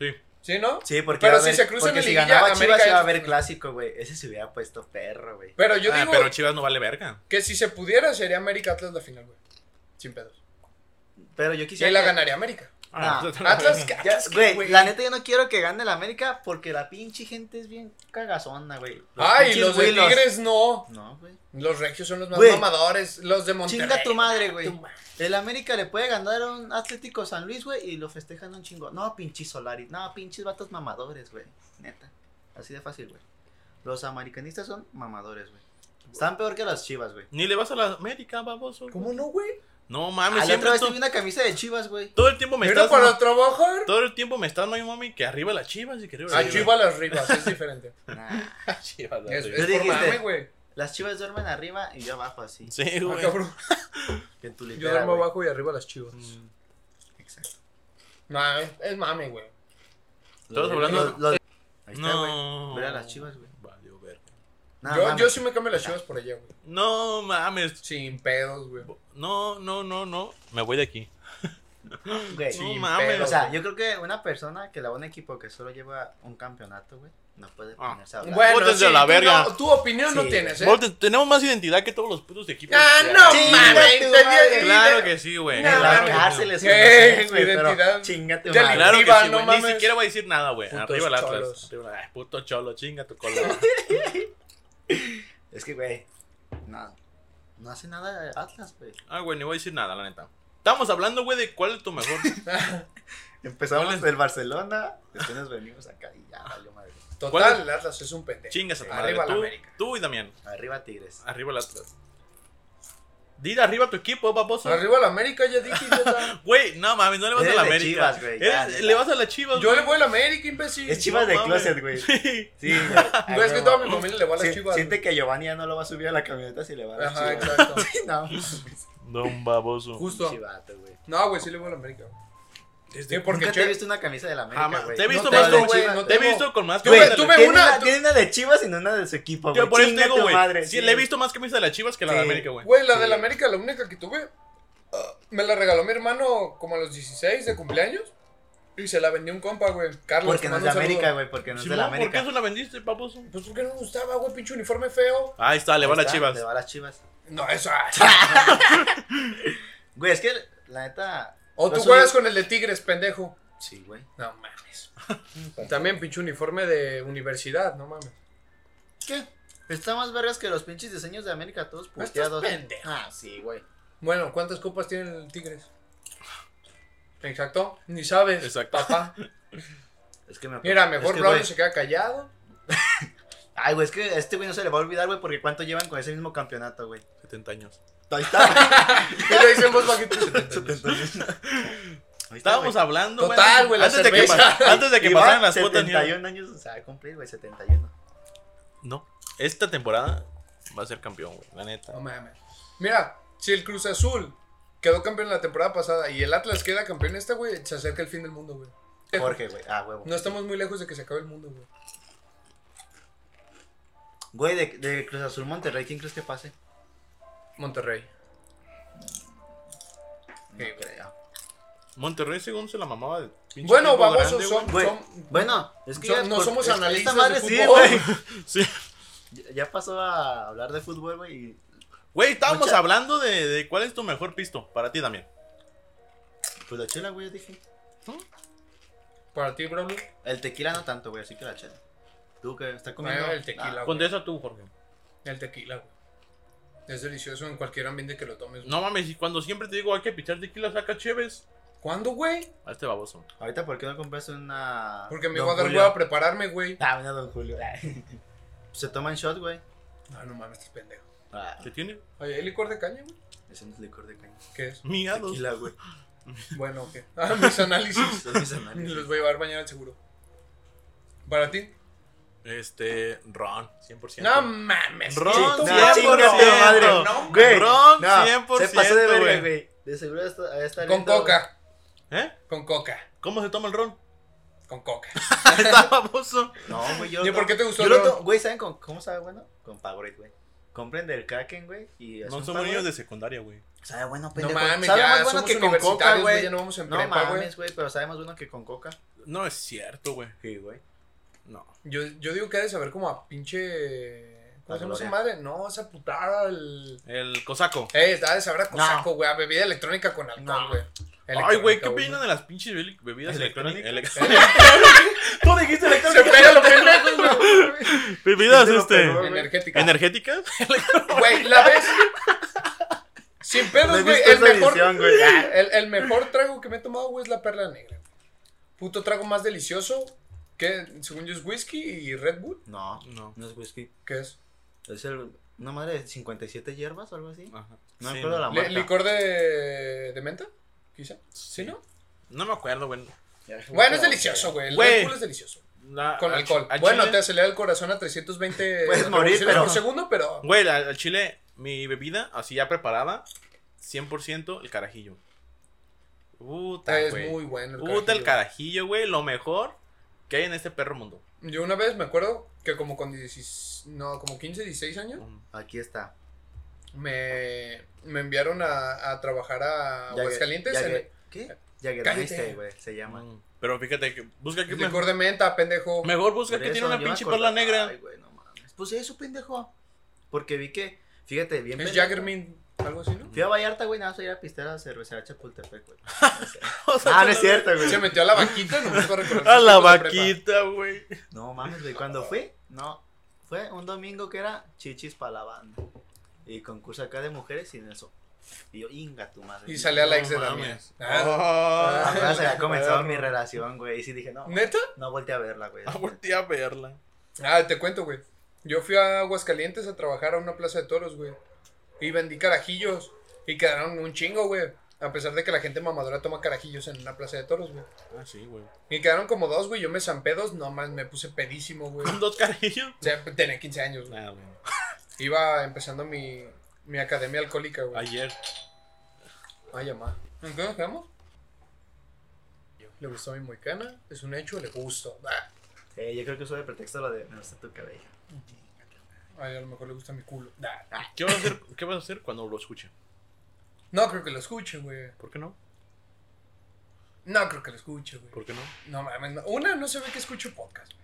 Sí.
¿Sí, no?
Sí, porque,
Pero
iba a
si
haber-
se cruzan
porque
en
si
liguilla,
ganaba
América
Chivas iba a
es-
haber clásico, güey. Ese se hubiera puesto perro, güey.
Pero yo
Ah,
digo
pero Chivas no vale verga.
que si se pudiera sería América Atlas la final, güey. Sin pedos.
Pero yo
Y
quisiera.
ahí la
que-
ganaría América.
Ah,
Nah.
está-
Atlas, que-
Ya,
Atlas que,
güey, la neta yo no quiero que gane la América porque la pinche gente es bien cagazona, güey.
Ay,
pinches
los de
güilos.
Tigres no.
No, güey.
Los regios son los más
Güey.
mamadores. Los de Monterrey.
Chinga tu madre, güey.
Tu madre.
El América le puede ganar a un Atlético San Luis, güey, y lo festejan un chingo. No, pinches Solaris. No, pinches vatos mamadores, güey. Neta. Así de fácil, güey. Los americanistas son mamadores, güey. Están peor que las chivas, güey.
Ni le vas a la América, baboso. güey.
¿Cómo no, güey?
No
Ah,
mames,
la otra
siempre
vez
tú-
tuve una camisa de chivas, güey.
todo el tiempo me
Mira
estás
para trabajar.
todo el tiempo me estás mami mami que arriba las Chivas y que arriba
A Chivas las rivas, es diferente.
Nah,
Chivas,
Es,
güey.
es por
dijiste.
mame, güey.
Las chivas duermen arriba y yo abajo, así.
Sí,
Ah,
güey.
cabrón.
Que en tu
Yo
litera,
duermo
güey.
abajo y arriba las chivas.
Mm.
Exacto.
Nah, es, es mame, güey.
Todos
Los-
hablando-
los- los- Ahí está, güey.
No.
Ve a las Chivas, güey.
Valió verga.
No,
yo,
mames.
yo sí me cambio las chivas por allá, güey.
No mames.
Sin pedos, güey.
No, no, no, no. Me voy de aquí.
Güey.
no
Sin
mames.
pedos.
O sea, yo creo que una persona que le va a un equipo que solo lleva un campeonato, güey, no puede
Ah.
ponerse a hablar.
Bueno,
Vótense
sí,
a la
tú
verga.
no- tu opinión no
Sí.
tienes, ¿eh?
Vos te- tenemos más identidad que todos los putos de equipos.
Ah,
que
no
hay.
Chinga
mames.
tu
te-
madre.
Claro que sí, güey.
No,
En las
Claro
mames.
que sí.
cárceles,
Sí,
güey, güey,
identidad.
pero chingate
Ya
madre.
Claro que
Arriba,
sí,
no
güey. Ni
mames.
siquiera voy a decir nada, güey.
Putos
Arriba el Atlas.
cholos.
Arriba- Ay, puto cholo, chinga tu cola.
Es que, güey, no, no hace nada Atlas, güey.
Ah, güey, ni voy a decir nada, la neta. Estamos hablando, güey, de cuál es tu mejor.
Empezamos del Barcelona, después nos venimos acá y ya valió madre.
¿Cuál es?
Total, el Atlas es un pendejo.
Chingas a tu madre.
Arriba la
Tú,
América.
tú y Damián.
Arriba Tigres.
Arriba el Atlas. Dile arriba a tu equipo, baboso.
Arriba la América, ya dije. idiota.
Güey, no mames, no le vas
Eres
a la
de
América.
Chivas, güey, ya,
Eres-
neta.
le vas a la Chivas,
Yo
güey.
le voy a la América, imbécil.
Es Chivas
no
de
mames.
closet, güey. Sí,
Sí.
güey. Ay,
Güey, es que
güey,
toda mi
mamá.
familia le va a las
Si-
chivas.
Siente
güey.
que Giovanni ya no lo va a subir a la camioneta si le va a las
Ajá,
chivas.
exacto.
No,
No, un baboso.
Justo.
chivato, güey.
No, güey, sí le voy a la América. güey.
Desde-
Sí, porque
Nunca te he
che-
visto una camisa de la América,
Jamás.
güey.
Te he visto
te
más
vale,
con,
güey,
güey,
no
Te he
tengo-
visto con más
Tuve-
camisas de
tuve-
la-
Tiene
una-
una, tiene una de Chivas y no una de su equipo,
Yo
güey.
por eso te
Chinga
digo,
tu
güey.
madre,
sí, le he visto más camisas de la Chivas que la de
Sí.
América, güey.
Güey, la
Sí.
de la América, la única que tuve, ah, me la regaló mi hermano como a los 16 de cumpleaños. Y se la vendió un compa, güey. Carlos. te
Porque no es
mando
de
un saludo.
América, güey. Porque no es de
Simón,
la
¿Por qué
América.
eso la vendiste, baboso?
Pues porque no me gustaba, güey, pinche uniforme feo.
Ahí está, le va a
Ahí
las
está,
Chivas.
Le va a las chivas.
No, eso. ah.
Güey, es que la neta.
O tú
los
juegas
uni-
con el de Tigres, pendejo.
Sí, güey.
No mames. También pinche uniforme de universidad, no mames.
¿Qué? Está más vergas que los pinches diseños de América, todos
No estás
puteados.
pendejo.
Ah, sí, güey.
Bueno, ¿cuántas copas tiene el Tigres? Exacto, ni sabes,
Exacto.
papá.
Es que me.
Mira, mejor
es que,
Braulio
güey,
se queda callado.
Ay, güey, es que a este güey no se le va a olvidar, güey, porque cuánto llevan con ese mismo campeonato, güey.
70 años.
Ahí está, güey.
Y lo dicen voz bajita.
Ahí está,
Estábamos
güey.
hablando, güey.
Total, güey, la
Antes, de que
cerveza.
pa- antes de que
Y va
pasaran las cuotas. ni-
71 años, o sea, cumplir, güey, 71.
No, esta temporada va a ser campeón, güey. La neta.
No mames. Mira, si el Cruz Azul quedó campeón la temporada pasada y el Atlas queda campeón esta, güey, se acerca el fin del mundo, güey.
Jorge, güey. Ah, huevo.
No estamos muy lejos de que se acabe el mundo, güey.
Güey, de, de Cruz Azul Monterrey, ¿quién crees que pase?
Monterrey.
No
güey.
creo.
Monterrey, según se la mamaba de. pinche
Bueno,
equipo
babosos
grande,
son,
güey.
Güey,
son-
Bueno, es que
Son-
ya
no
por-
somos
es- esta
analistas de
madre sí,
fútbol.
güey.
Sí.
Ya- Ya pasó a hablar de fútbol, güey. y-
Güey, estábamos
Mucha-
hablando de, de cuál es tu mejor pisto para ti, Damián.
Pues la chela, güey, dije.
Para ti, Braulio.
El tequila no tanto, güey, así que la chela. Tú que estás comiendo.
Bueno, el tequila, güey.
Contesta tú, Jorge.
El tequila, güey. Es delicioso en cualquier ambiente que lo tomes. güey.
No mames, y cuando siempre te digo hay que pichar tequila, saca chéves.
¿Cuándo, güey?
A este baboso.
Ah, Ahorita, ¿por qué no compraste una.
Porque me
Don
voy a dar
Julio?
hueva a prepararme, güey.
Ah, una Don Julio. Se toman shot, güey.
No, no mames, estás pendejo.
Ah,
¿Qué tiene?
Oye, ¿hay licor de caña, güey?
ese no es licor de caña.
¿Qué es?
Migados.
Tequila, güey.
Bueno, ¿qué? Ah, mis análisis.
Son mis
Los
análisis.
voy a llevar mañana al seguro. ¿Para ti?
Este, Ron, 100%.
No mames.
Ron,
chito,
No,
güey.
chinga tu madre.
No,
Güey,
Ron,
no,
100%,
Se pasó de verga,
güey.
güey. De seguro está, está
Con
viendo-
coca.
¿Eh?
Con coca.
¿Cómo se toma el ron?
Con coca.
Ahí está baboso.
No, güey, yo.
¿Y
no-
por qué te gustó
Yo
el
lo
ron?
tomo, güey, ¿saben con, cómo sabe bueno? Con Powerade, güey. Compren del Kraken, güey. Y hacen
No
un eh.
somos niños
Powerade.
de secundaria, güey.
Sabe bueno,
No
pendejo.
mames,
sabe
ya
más
somos
bueno que con coca,
universitarios, güey.
güey.
Ya no vamos en
No
prepa, güey.
mames, güey, pero sabe más bueno que con coca.
No es cierto, güey.
Sí, güey.
No.
Yo, yo digo que ha de saber como a pinche ¿Cómo se llama esa
Gloria.
madre? No, esa putada. El...
El cosaco.
Eh, ha de saber a cosaco,
No.
güey. A bebida electrónica con alcohol,
No.
güey.
Ay, güey,
Electrónica,
¿qué opinan de las pinches beli- bebidas
¿Electrónica?
electrónicas?
Tú dijiste
Se
electrónica.
pega lo pendejo, güey.
Bebidas,
Sí, sí, lo
este.
pegó, güey.
Energética.
¿Energéticas?
Güey, la ves. Sin
No
pedos,
he
güey.
visto
El
esa
mejor,
edición, güey.
el, el mejor trago que me he tomado, güey, es la perla negra. Puto trago más delicioso. Que según yo es whisky y Red Bull.
No,
No.
no es whisky.
¿Qué es?
Es el, una madre de 57 hierbas o algo así.
Ajá.
No
Ah, Sí,
me acuerdo la
Le-
marca.
¿Licor de, de menta? Quizá. ¿Sí, no?
No me acuerdo, güey.
Bueno, es delicioso, güey. El
Güey.
Red Bull es delicioso.
La-
Con
al-
alcohol.
al
Bueno,
chile-
te acelera el corazón a 320
Puedes morir,
revoluciones
pero-
por segundo, pero.
Güey, al al chile, mi bebida, así ya preparada, 100% el carajillo. Puta,
Es
güey.
muy bueno. el
Puta, el
carajillo.
carajillo, güey, lo mejor que hay en este perro mundo.
Yo una vez me acuerdo que como con 16, no, como 15, 16 años,
Mm.
Aquí está.
me, me enviaron a, a trabajar a
Jagger-
Ah, Aguascalientes. en
Jagger- ¿Qué?
Cállate.
Jagermeister, güey, se llama.
Mm. Pero fíjate que busca que
el
mejor,
licor de menta, pendejo.
mejor busca
Por
que tiene
eso
una
yo me
pinche
acordaba.
perla negra.
Ay, güey, no mames. Pues eso, pendejo. Porque vi que, fíjate, bien.
Es
pendejo.
Jaggermint, algo así, ¿no?
Fui a Vallarta, güey, nada más a ir a pistear a la cervecería Chapultepec, güey. No sé. Ah, no es cierto, güey.
Se metió a la vaquita, no me acuerdo reconocer
A
sus
la
tiempos de prepa.
vaquita, güey.
No mames, güey. Cuando fui, no. Fue un domingo que era chichis para la banda. Y concurso acá de mujeres sin eso. Y yo, inga tu madre.
Y sale a la
No
ex de Damián.
mames.
Ah,
Ah,
Apenas había comenzado
perro.
mi relación, güey. Y sí dije, no,
¿Neta?
no volteé a verla, güey.
Ah, volteé a verla.
Ah, te cuento, güey. Yo fui a Aguascalientes a trabajar a una plaza de toros, güey. Y vendí carajillos. Y quedaron un chingo, güey. A pesar de que la gente mamadora toma carajillos en una plaza de toros, güey.
Ah, sí, güey.
Y quedaron como dos, güey. Yo me zampé dos, no más, me puse pedísimo, güey.
Con
O
dos carajillos.
sea, tenía 15 años, güey.
Nada, güey.
Iba empezando mi, mi academia alcohólica, güey.
Ayer.
Ay, mamá. ¿En qué nos quedamos? Le gustó mi moicana, es un hecho, le gustó. Ah.
Eh, yo creo que uso de pretexto lo de me gusta tu cabello.
Ay, a lo mejor le gusta mi culo. Ah.
¿Qué vas a hacer, qué vas a hacer cuando lo escuche?
No creo que lo escuche, güey.
¿Por qué no?
No creo que lo escuche, güey.
¿Por qué no?
No mames, no. una, no se ve que escucho podcast, güey.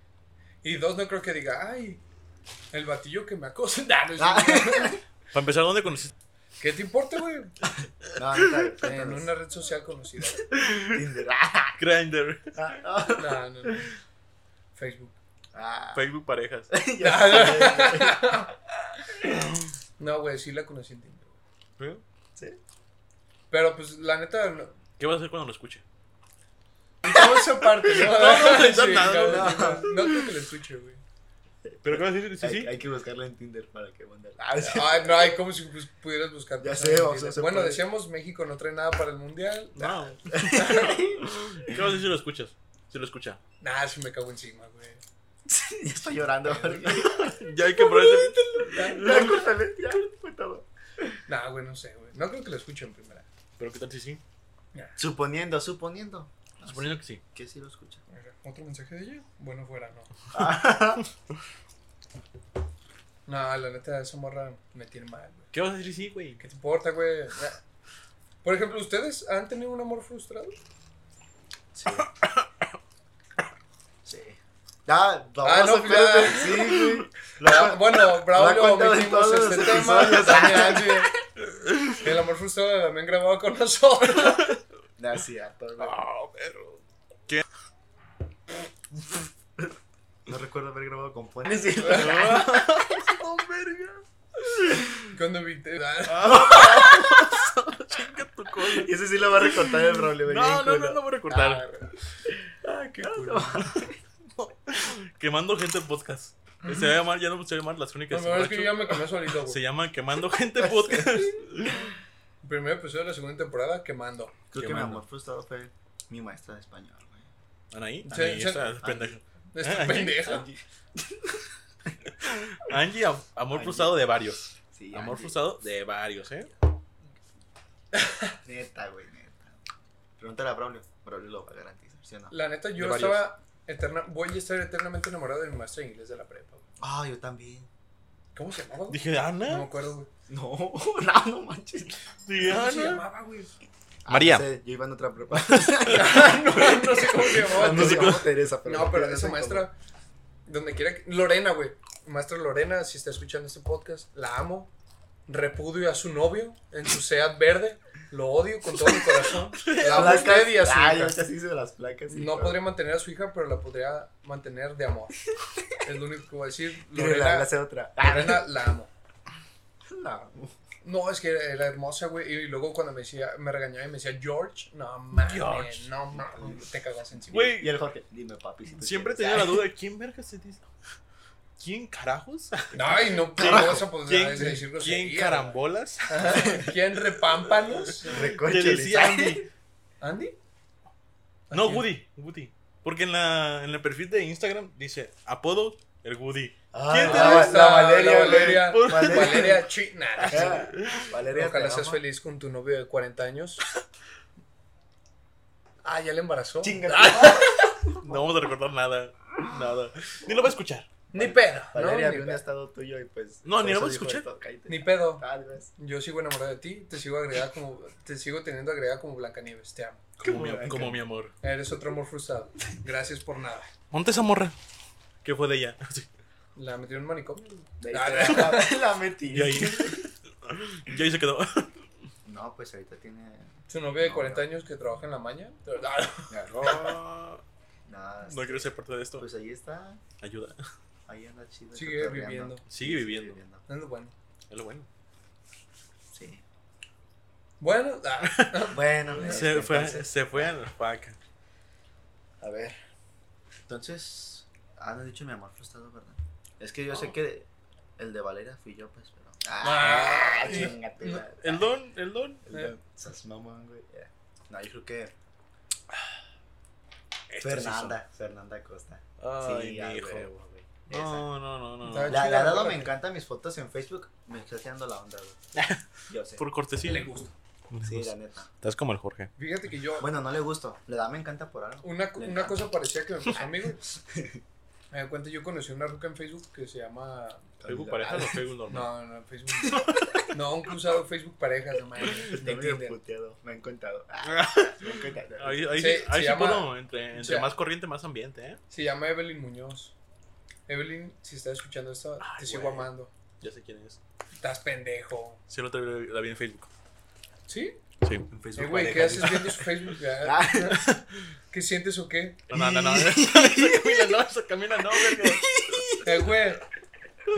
Y dos, no creo que diga, ay, el batillo que me acosa. Nah, no es
Ah.
cierto.
Para empezar, ¿dónde conociste?
¿Qué te importa, güey?
No, no,
En una red social conocida.
Tinder. Ah,
Grindr,
ah, ah.
No, no, no. Facebook.
Ah,
Facebook parejas.
ya sé, güey.
No, güey, sí la conocí en Tinder. güey.
¿Qué
Pero pues, la neta, no.
vas a hacer cuando lo escuche?
Todo esa parte, ¿no?
no,
Sí,
no,
cabrón,
no.
no, no creo que lo escuche, güey.
¿Pero qué vas a decir? Sí,
Hay,
sí.
hay que buscarla en Tinder para que mande. Ah, sí.
Ay, no, hay como si pues, pudieras buscar.
Ya
cosas
sé,
en
o sea,
Tinder.
se
bueno,
puede.
decíamos México no trae nada para el mundial.
No.
pues,
¿Qué vas a decir si lo escuchas? Si lo escucha.
Nah, sí me cago encima, güey.
Ya estoy llorando.
Ya hay que probar este-
Ya, córtale, ya, fue todo.
Nah, güey, no sé, güey. No creo que lo escuche en primera.
¿Pero qué tal si sí?
Suponiendo, Ah, suponiendo.
Suponiendo que sí.
Que sí lo escucha.
Mira, ¿Otro mensaje de ella? Bueno, fuera, no. No, la neta, esa morra me tiene mal, güey.
¿Qué vas a decir si sí, güey?
¿Qué te importa, güey? Ya. Por ejemplo, ¿ustedes han tenido un amor frustrado?
Sí. Sí. Ah,
Ah, no,
baboso,
pues
claro,
ya.
Sí, güey.
Ah, bueno,
lo ha
Braulio,
contado en
metimos
todos
este
los
tema.
episodios.
Damián, sí. El amor frustrado lo habían grabado con nosotros.
No, sí, ya, todo, güey.
Ah, pero.
No recuerdo haber grabado con Fuentes. Sí,
No, verga.
Cuando vi... ah,
Chinga tu cola.
y ese sí lo va a recortar el Braulio, güey.
No, no,
bien
no,
culo.
no voy a recortar.
Ah, qué culo.
Quemando gente podcast. Se va a llamar, ya no se va a llamar las únicas.
No, me es que
borracho.
yo ya me quemé solito,
Se
güey.
llama Quemando Gente Podcast.
Primer episodio de la segunda temporada, quemando.
Creo
Qué
que mi
mando.
amor frustrado fue mi maestra de español, güey.
Anaí,
Sí,
Anaí,
sí.
esta pendeja.
Esta
Ah,
pendeja.
Angie.
Angie, am- amor
Angie.
frustrado de varios.
Sí,
Amor
Angie.
frustrado de varios, ¿eh?
Neta, güey, neta. Pregúntale a Braulio. Braulio lo va a garantizar, ¿sí o no?
La neta, yo
De varios.
estaba eterna... Voy a estar eternamente enamorado de mi maestra de inglés de la prepa, güey.
Ah, yo también.
¿Cómo se llamaba? güey?
Dije, "Ah,
No me
Ana.
acuerdo, güey.
No, no, no manches.
Dije,
¿Cómo se
Ana.
llamaba, güey? Ah,
Ah,
María.
no sé, yo iba en otra prepa.
no, no
Ah,
sé cómo se llamaba.
no sé cómo Teresa,
No, pero esa
sé cómo.
maestra, donde quiera que... Lorena, güey. maestra Lorena, si está escuchando este podcast, la amo. Repudio a su novio en su SEAT verde. Lo odio con todo mi corazón. La amo a usted y a su
ah,
hija.
ya se hizo de las placas.
No
hijo.
podría mantener a su hija, pero la podría mantener de amor. Es lo único que voy a decir.
Pero la,
Lorena, Ah,
la hace otra.
Lorena la amo.
No.
No, es que era, era hermosa, güey. Y luego cuando me decía, me regañaba y me decía, George, no mames,
George.
no mames, te cagas encima.
Güey,
Y el Jorge, dime papi. Si tú
siempre
quieres.
tenía la duda, ¿quién verga se dice? ¿Quién carajos?
Ay, no, pues, ¿cómo
Carajo.
vas a poder decir
¿Quién,
grosería,
¿quién carambolas?
güey? ¿Quién repámpanos?
Te
Recorcholis.
decía Andy.
¿Andy?
No,
¿A quién?
Woody. Woody. Porque en, la, en el perfil de Instagram dice apodo el Woody.
Ah,
¿Quién te
la-
lo
Ah,
hizo?
La Valeria,
la
güey.
Valeria.
Valeria.
Valeria China.
Ah, Valeria,
Ojalá
te
seas
amo.
feliz con tu novio de 40 años. Ah, ya le embarazó.
Chinga.
No vamos a recordar nada. Nada. Ni lo va a escuchar.
Ni pedo. ¿no?
Valeria
Ni
vio un
pedo. Ah.
estado tuyo y pues.
No, ni lo voy
por eso
a
dijo
escuchar.
esto, cállate. Ah,
Ni pedo.
Tal vez.
Yo sigo enamorado de ti. Te sigo agregada como. Te sigo teniendo agregada como Blancanieves. Te amo.
Como,
Qué
mi,
buena,
como
cara.
mi amor.
Eres otro amor frustrado. Gracias por nada.
Monte esa morra. ¿Qué fue de ella? Sí.
La metió en un manicomio.
De ahí
Ah,
te la- La metí.
Y ahí. Y ahí se quedó.
No, pues ahorita tiene.
Su novio de 40 años que trabaja en la maña.
Ah,
Nada.
No quiero ser parte de esto.
Pues ahí está.
Ayuda.
Ahí anda chido.
Sigue
cotorreando.
viviendo.
Sigue viviendo.
No es lo bueno.
Es lo bueno.
Sí.
Bueno, ah,
Bueno,
Se
este,
fue,
entonces,
se fue a la faca.
a ver. Entonces, ah, no he dicho mi amor frustrado, ¿verdad? Es que yo sé que el de Valeria fui yo, pues, pero.
Ah,
chingate. la-
El don, el don.
el de- Esas mamón, güey. ya. No, yo creo que.
Esto Este sí son-
Fernanda. Fernanda Costa.
Ay,
a
mi hijo.
huevo, güey. Esa.
No, no, no, no,
Está
no.
Ah, La,
chida,
la dado
güey.
me encanta mis fotos en Facebook. Me está haciendo la onda, güey. Yo sé.
Por cortesía.
le gusta.
Sí, la neta.
Estás como el Jorge.
Fíjate que yo.
Bueno, no le gusto. Le da me encanta por algo.
Una, co-
Le
una
encanta.
cosa parecía que me pasó a mí, güey. Me di cuenta, yo conocí una ruca en Facebook que se llama.
Facebook pareja o Facebook normal.
No, no, Facebook. No, un cruzado Facebook parejas, no mames.
Me
No
he
entienden.
puteado. Me han contado. Ah, me han contado.
Ahí, ahí,
Se-
sí- ahí
se
sí
llama-
puedo, entre, entre
sea-
más corriente, más ambiente, ¿eh?
Se llama Evelyn Muñoz. Evelyn, si estás escuchando esto, te
Ay,
sigo
güey.
amando.
Ya sé quién es.
Estás pendejo.
Sí, el otro día la- la vi en Facebook.
¿Sí?
Sí, en Facebook.
Eh, güey, ¿qué
pareja,
haces viendo su Facebook? ya?
Ah,
¿Qué sientes o qué?
No, no, no, no. Eso camina, no, eso camina, no, verga.
Eh, güey.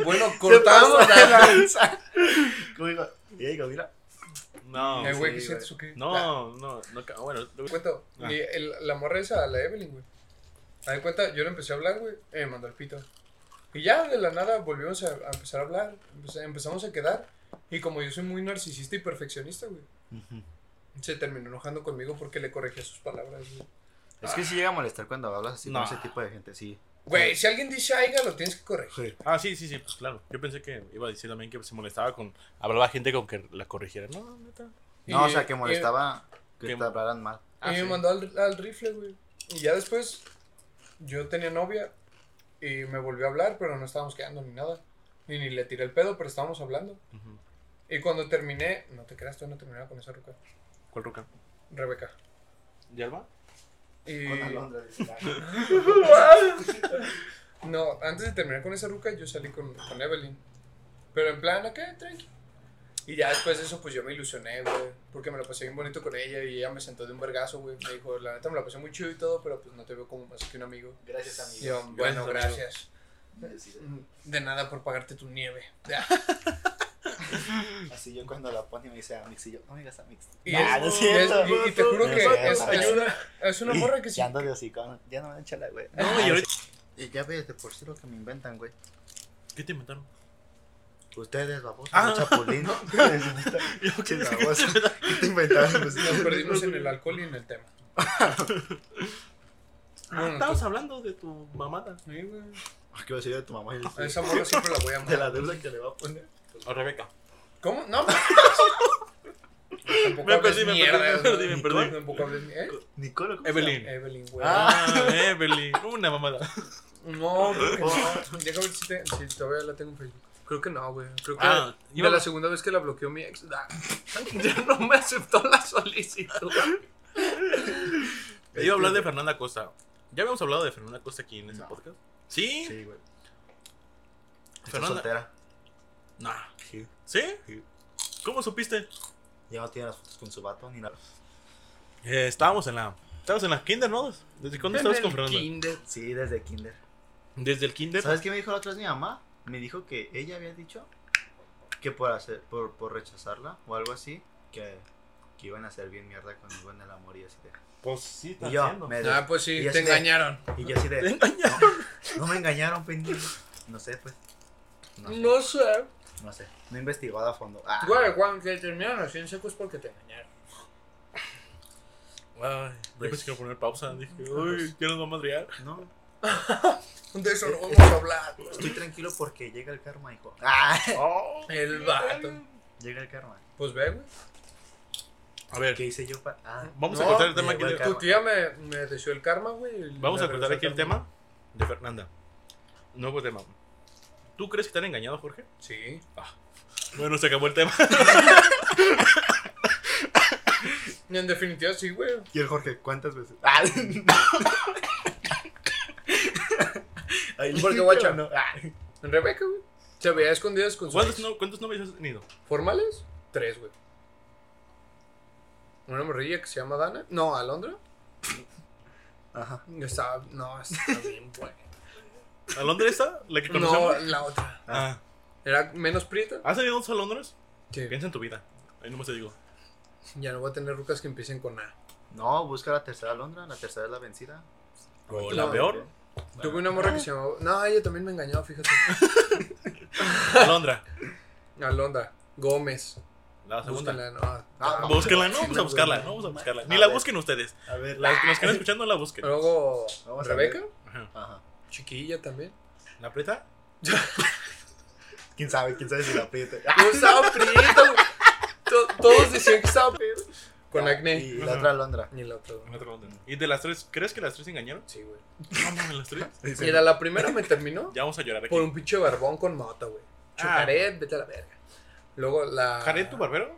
Bueno,
se pasó
cortamos.
de lanza. Como digo, y digo, mira.
No,
Eh, güey,
Sí,
¿qué
güey.
sientes o qué?
no, no, no, ca- bueno,
Te
lo-
cuento,
Ah.
mi- el- la morra esa, la Evelyn, güey. Me di cuenta, yo le empecé a hablar, güey, y me mandó el pito. Y ya de la nada volvimos a, a empezar a hablar, empe- empezamos a quedar. Y como yo soy muy narcisista y perfeccionista, güey, se terminó enojando conmigo porque le corregía sus palabras, güey.
Es que sí llega a molestar cuando hablas así
No.
con ese tipo de gente, sí.
Güey, si alguien dice aiga, lo tienes que corregir.
Ah, sí, sí, sí, pues claro. Yo pensé que iba a decir también que se molestaba con. Hablaba gente con que la corrigiera. No, neta.
No,
Y-
o sea, que molestaba Ah, que
que-
te hablaran mal.
Y, y me mandó al, al rifle, güey. Y ya después, yo tenía novia y me volvió a hablar, pero no estábamos quedando ni nada. Ni, ni le tiré el pedo, pero estábamos hablando.
Ujú.
Y cuando terminé, no te creas, todavía no terminaba con esa ruca.
¿Cuál roca?
Rebeca.
¿Yalba?
Y...
Con Alondra, dice, ah,
No, antes de terminar con esa ruca, yo salí con, con Evelyn. Pero en plan, acá, tranqui. Y ya después de eso, pues yo me ilusioné, güey. Porque me la pasé bien bonito con ella y ella me sentó de un vergazo, güey. Me dijo, la neta me la pasé muy chido y todo, pero pues no te veo como más que un amigo.
Gracias,
Y yo,
amigo.
bueno,
amigo.
gracias. De nada por pagarte tu nieve.
Así yo cuando la pone me dice a Mix y yo, no me digas a Mix.
Y,
Nah,
es-
Ah, no es
y es-
cierto.
y- y te juro
No
que
es cierto,
es,
no es
es una, es una morra que sí.
Ya ando de hocicón, ya no me dan chala, güey.
No, y ahorita.
Y ya ves de por sí lo que me inventan, güey.
¿Qué te inventaron?
Ustedes, babosos,
Ah.
ah. chapulín. Che, baboso. ¿Qué te inventaron? Pues,
Nos perdimos en el alcohol y en el tema. Mm,
Ah, estabas hablando de tu mamada.
Sí, güey.
¿Qué Ah, va a decir de tu mamá?
Ah,
Y
A
dice,
esa morra siempre la voy a
De
amar.
la deuda que le va a poner.
O Rebeca.
¿Cómo? No. pues. Tampoco
Me
hables
perdí, me
mierda,
perdí, me
güey.
perdí, me perdí.
Tampoco hables mierda. ¿Eh?
Nicolo, ¿cómo se
Evelyn.
Evelyn, güey.
Ah, Evelyn. Una mamada.
No, creo que
Oh.
no. Déjame ver si, te- si todavía la tengo en Facebook. Creo que no, güey. Creo que
Ah,
de
iba-
la segunda vez que la bloqueó mi ex. ah, ya no me aceptó la solicitud.
Iba a hablar de Fernanda este Costa. ¿Ya habíamos hablado de Fernanda Costa aquí en ese
No.
podcast?
llama?
Sí.
Sí, güey. Está
Fernanda-
soltera.
Nah.
Sí.
¿Sí? ¿Cómo supiste?
Ya no tiene las fotos con su vato ni nada.
Eh, estábamos en la. Estábamos en la kinder, ¿no? ¿Desde cuándo estabas con Fernanda?
Kinder.
Sí, desde kinder.
Desde el kinder.
¿Sabes qué me dijo la otra vez mi mamá? Me dijo que ella había dicho que por hacer, por, por rechazarla o algo así, que, que iban a hacer bien mierda conmigo en el amor y así de.
Pues sí,
Y yo, me
Ah, pues sí,
Y
te
este-
engañaron.
y yo así
Te
de.
engañaron.
No me engañaron, pendejo. No sé, pues. No sé.
No sé.
No sé. No he investigado a fondo. Ah,
Güey, Juan, que terminaron así en seco es porque te engañaron.
Ay, yo
pues
pensé que iba a poner pausa.
Mm,
Dije, uy, ¿quién nos va a madrear?
No,
De eso no
Eh,
vamos a hablar.
estoy tranquilo porque llega el karma, hijo. Ah,
Oh,
El vato.
llega el karma.
Pues ve, güey.
A ver,
¿Qué hice yo para.? Ah,
vamos a
No,
cortar el tema
me
aquí.
voy
de-
a
Tu tía me, me deseó el karma, güey.
Vamos
Me
a cortar aquí el
regresó
tema de Fernanda. Nuevo tema. ¿Tú crees que te han engañado, Jorge?
Sí.
Bueno, se acabó el tema.
En definitiva, sí, güey.
Y el Jorge, ¿cuántas veces? Ah. Ahí le
Porque,
dije,
guacha.
¿o no? Ah.
Rebeca, güey. Se veía escondidas con sus.
¿Cuántos, no, ¿Cuántos novios has tenido?
¿Formales? Tres, güey. Una morrilla que se llama Dana. No, Alondra.
Ajá.
Estaba. No, estaba bien, güey.
¿A Londres está? ¿La que
No,
conocemos?
la otra.
Ah.
Era menos prieta.
¿Has tenido dos a Londres?
Sí.
Piensa en tu vida. Ahí nomás te digo.
Ya no voy a tener rucas que empiecen con A.
No, busca la tercera Londra, la tercera es la vencida.
O
No.
la peor,
Tuve una morra que se llamaba. No, ella también me engañó, fíjate.
Alondra.
Alondra. Gómez.
La segunda.
Búsquenla, no.
Ah,
Búsquenla, no, vamos a buscarla, no vamos a buscarla. Ni la busquen ustedes.
A ver, la.
Ah.
Las que nos están escuchando la busquen.
Luego,
Vamos a
Rebeca,
Ajá.
Ajá.
chiquilla también.
¿La preta?
¿Quién sabe? ¿Quién sabe si la aprieta?
Yo estaba prieto, güey. To- Todos decían que estaba prieto. Con
Ah,
acné.
Y la otra Londra.
Ni la otra. güey.
En otra Londres. ¿Y de las tres? ¿Crees que las tres se engañaron?
Sí, güey.
No, mames, las tres.
Mira, la primera me terminó
Ya vamos a llorar aquí.
por un pinche barbón con mota, güey.
Ah,
Chucaret, vete a la verga. Luego la.
¿Jared tu barbero?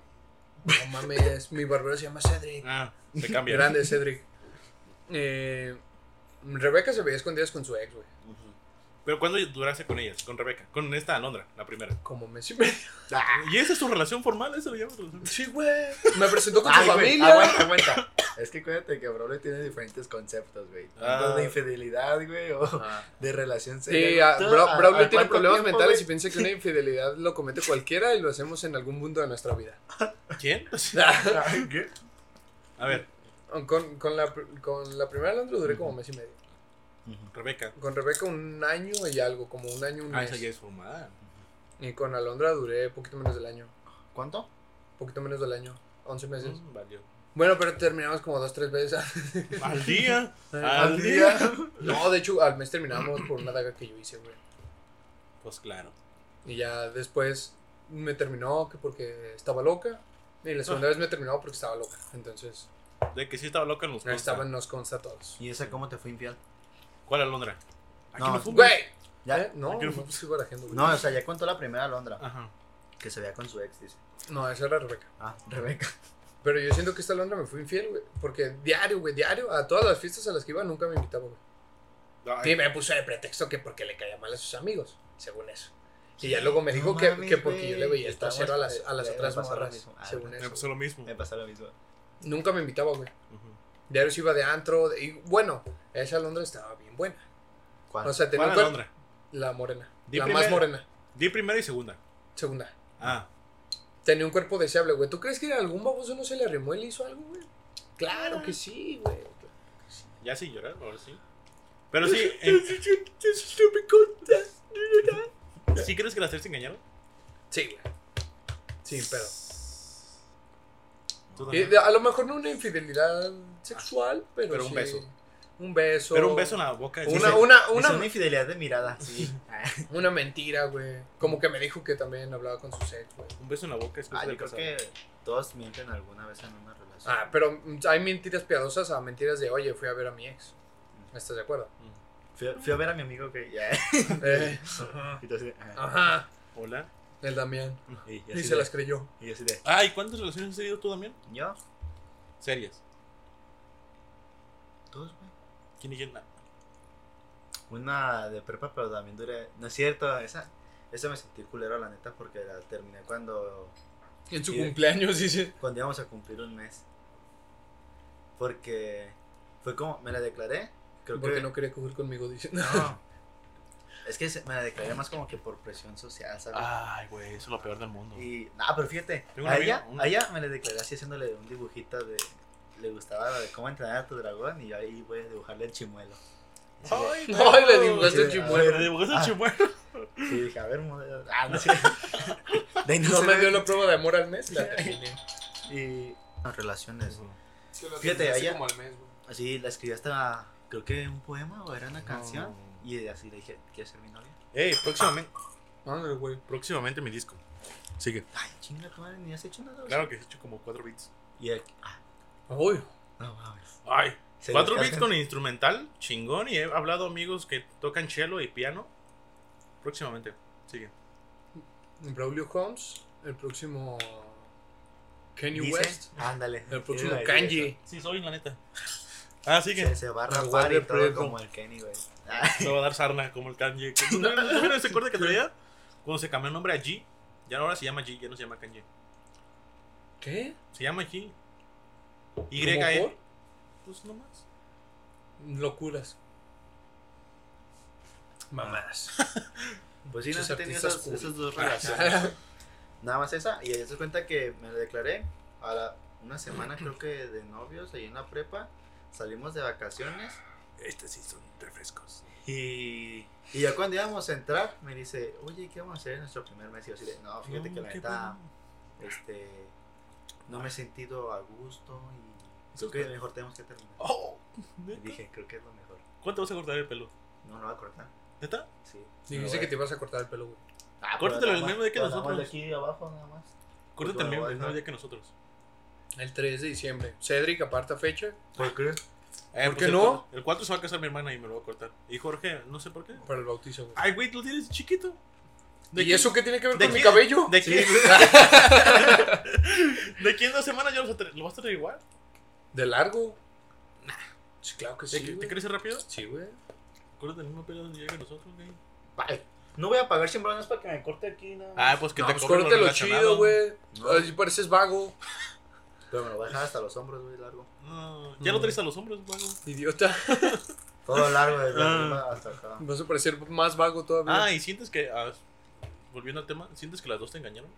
No mames, mi barbero se llama Cedric.
Ah, se cambia.
Grande Cedric. Eh, Rebeca se veía escondidas con su ex, güey.
Ujú. Pero ¿cuándo duraste con ellas? Con Rebeca. Con esta Alondra, la primera.
Como mes y medio.
Ah.
¿Y esa es tu relación formal? ¿Eso lo llamas relación?
Sí, güey. Me presentó con
Ay,
su
güey,
familia.
aguanta, aguanta. Es que acuérdate que Braulio tiene diferentes conceptos, güey. Tanto
Ah.
De infidelidad, güey, o
Ah.
de relación
Sí,
seria.
a-
¿Tú,
Bra-
a-
Braulio
a
tiene
cuánto
problemas
tiempo,
mentales
güey?
y piensa que una infidelidad lo comete cualquiera y lo hacemos en algún punto de nuestra vida.
¿Quién? Pues
Ay, Ah, ¿qué?
A ver,
con, con, la, pr- con la primera Alondra duré como mes y medio.
Rebeca.
Con Rebeca un año y algo, como un año, un
Ah, esa ya
mes.
es formal.
Y con Alondra duré poquito menos del año.
¿Cuánto?
Poquito menos del año. 11 meses.
Mm, valió.
Bueno, pero terminamos como dos, tres veces.
Al día.
Al
Al día.
no, de hecho, al mes terminamos por una daga que yo hice, güey.
Pues claro.
Y ya después me terminó que porque estaba loca. Y la segunda vez me terminó porque estaba loca. Entonces,
De que sí estaba loca en los
ahí
consta.
estaban, nos consta a todos.
¿Y esa cómo te fue infiel?
¿Cuál Alondra? Aquí
No,
no fumas.
Güey.
Ya.
¿Eh? No,
Aquí
no
no
me
fue-
estoy barajando, güey.
No, o sea, ya contó la primera Londra.
Ajá.
Que se vea con su ex, dice.
No, esa era Rebeca.
Ah, Rebeca.
Pero yo siento que esta Londra me fue infiel, güey. Porque diario, güey, diario, a todas las fiestas a las que iba nunca me invitaba, güey. Y
Ay,
me puso de pretexto que porque le caía mal a sus amigos, según eso. Y ya luego me
No
dijo que,
mames,
que porque yo
güey.
le veía el
Estamos-
trasero a las, a las
eh,
otras
me pasó lo
morras,
mismo. Ah,
según
me
me
eso.
pasó lo mismo.
Me pasa lo mismo.
Nunca me invitaba, güey.
Ujú.
Diario se iba de antro. de- y bueno, esa Londra estaba bien buena.
¿Cuál?
O sea, tenía
¿Cuál
un cuer-
Alondra?
La morena.
Di
la
primera.
más morena.
Di primera y segunda.
Segunda.
Ah.
Tenía un cuerpo deseable, güey. ¿Tú crees que algún baboso no se le arrimó y le hizo algo, güey? Claro que sí,
Eh.
güey.
Ya sí llorar, ahora sí. Pero sí, eh, en- ¿sí crees que las tres se engañaron?
Sí, güey. Sin pedo.
Tú
Y
también.
de- a lo mejor no una infidelidad sexual, pero,
Pero un
sí-
beso.
Un beso.
Pero un beso en la boca.
Una,
sí,
Dice-
una,
Una...
una, Ah,
una infidelidad de mirada, sí.
una mentira, güey. Como que me dijo que también hablaba con su ex, güey.
sí. Un beso en la boca es cosa
ah,
del
yo creo
pasado.
que todos mienten alguna vez en una relación.
Ah, pero mm, hay mentiras piadosas a mentiras de, oye, fui a ver a mi ex. ¿Estás de acuerdo?
Mm.
Fui, a- fui a ver a mi amigo que ya.
Eh, ajá.
y tú así de, ah,
Ajá.
Hola.
El Damián.
y, yo
Ah, Y,
así
se
de-
las creyó.
y yo así de,
Ay, ¿cuántas relaciones has tenido tú también?
yo,
Serias.
todos, güey.
¿Quién y quién?
Una de prepa, pero también duré. No es cierto, esa. Eso me sentí culero, la neta, porque la terminé cuando,
En su
Sí.
cumpleaños, dice.
cuando íbamos a cumplir un mes. Porque fue como, me la declaré. Creo
Porque
que
no quería coger conmigo, dice.
No. Es que se- me la declaré más como que por presión social, ¿sabes?
Ay, güey, eso es lo peor del mundo.
Y, ah, pero fíjate,
Tengo un
a
amigo,
ella,
un-
a ella me la declaré así haciéndole un dibujito de. Le gustaba la de cómo entrenar a tu dragón y yo ahí voy a dibujarle el chimuelo. Así de-
Ay,
No, y le
dibujaste
dibujaste
el
el
chimuelo.
chimuelo.
Le dibujaste el
Ah.
chimuelo.
Sí, dije, a ver, modelo. Ah, no sé. De ahí no
No
se
me
ve.
dio la prueba de amor al mes, la terminé.
Y. Las relaciones.
Fíjate,
terminé así
allá.
como Así la escribí hasta. Creo que un poema o era una canción. Y así le dije, ¿quieres ser mi novia?
Ey, próximamente,
Ándale, güey.
próximamente mi disco. Sigue.
Ay, chinga, tu madre, ni has hecho nada. güey.
Claro que he hecho como 4 beats.
Y aquí. Ah,
Uy,
no mames.
Ay,
Se
cuatro
descargan.
beats con instrumental, chingón. Y he hablado a amigos que tocan cello y piano. Próximamente, sigue.
Braulio Holmes, el próximo Kanye
Dice,
West,
Ándale.
el próximo
Iba a decir
Kanye.
Sí, soy, la neta. Ah, sigue.
Se, se va a
Aguarde
rapar y todo
preso.
como el Kenny, güey. Ah.
Se va a dar sarna como el Kanye. ¿Tú no- ¿tú vieron ese corte que traía? Cuando se cambió el nombre a G. Ya ahora se llama G, ya no se llama Kanye.
¿Qué?
Se llama G. Y
¿Cómo
E. Pues nomás.
Locuras. Mamadas.
Pues sí, no
Muchos
sé, tenía
artistas
esas, esas
cool.
dos relaciones. Nada más esa. Y ahí se cuenta que me declaré a la, una semana, creo que de novios, ahí en la prepa. Salimos de vacaciones.
Este sí son refrescos.
Y, y ya cuando íbamos a entrar, me dice, oye, ¿qué vamos a hacer en nuestro primer mes? Y yo así de, no, Oh, fíjate que la
Mm,
neta, este, no me he sentido a gusto y creo que mejor tenemos que terminar.
Oh,
Y
¿neta?
dije, creo que es lo mejor.
¿Cuánto vas a cortar el pelo?
No, no va a cortar.
¿Neta?
Sí.
Dijiste que te ibas a cortar el pelo, güey.
Ah,
Córtatelo
pero
el
nada
mismo
más-
día que
pero nada
nosotros.
más de aquí abajo, nada más.
Corta
Pues,
también
bueno,
el mismo
bueno.
día que nosotros.
El 3 de diciembre. Cedric, aparta fecha
¿Por qué?
Eh,
¿Por
pues,
qué
el
no?
cuatro- El 4 se va a casar mi hermana y me lo va a cortar. Y Jorge, no sé por qué.
para el bautizo, güey.
Ay, güey, tú tienes chiquito.
¿Y eso qué tiene que ver
de
con mi
quién-
cabello?
De aquí, de aquí en dos semanas ya lo vas a tener- lo vas a tener igual.
¿De largo? Sí, claro que
¿Te,
sí,
te
güey.
crece rápido?
Sí, güey.
Córtate el mismo pelo donde llega nosotros, güey.
Ay, No voy a pagar 100 balones para que me corte aquí, nada más.
Ah, pues que
No,
te
pues
cobren
córtalo
relacionado.
chido, güey.
No.
Así pareces vago.
Pero me lo voy a dejar hasta los hombros, güey, largo.
No,
Mm.
ya lo traes a los hombros, vago.
Idiota.
Todo largo, desde
Ah.
arriba hasta acá.
Vas a parecer más vago todavía.
Ah, y sientes que. ah, volviendo al tema, ¿sientes que las dos te engañaron?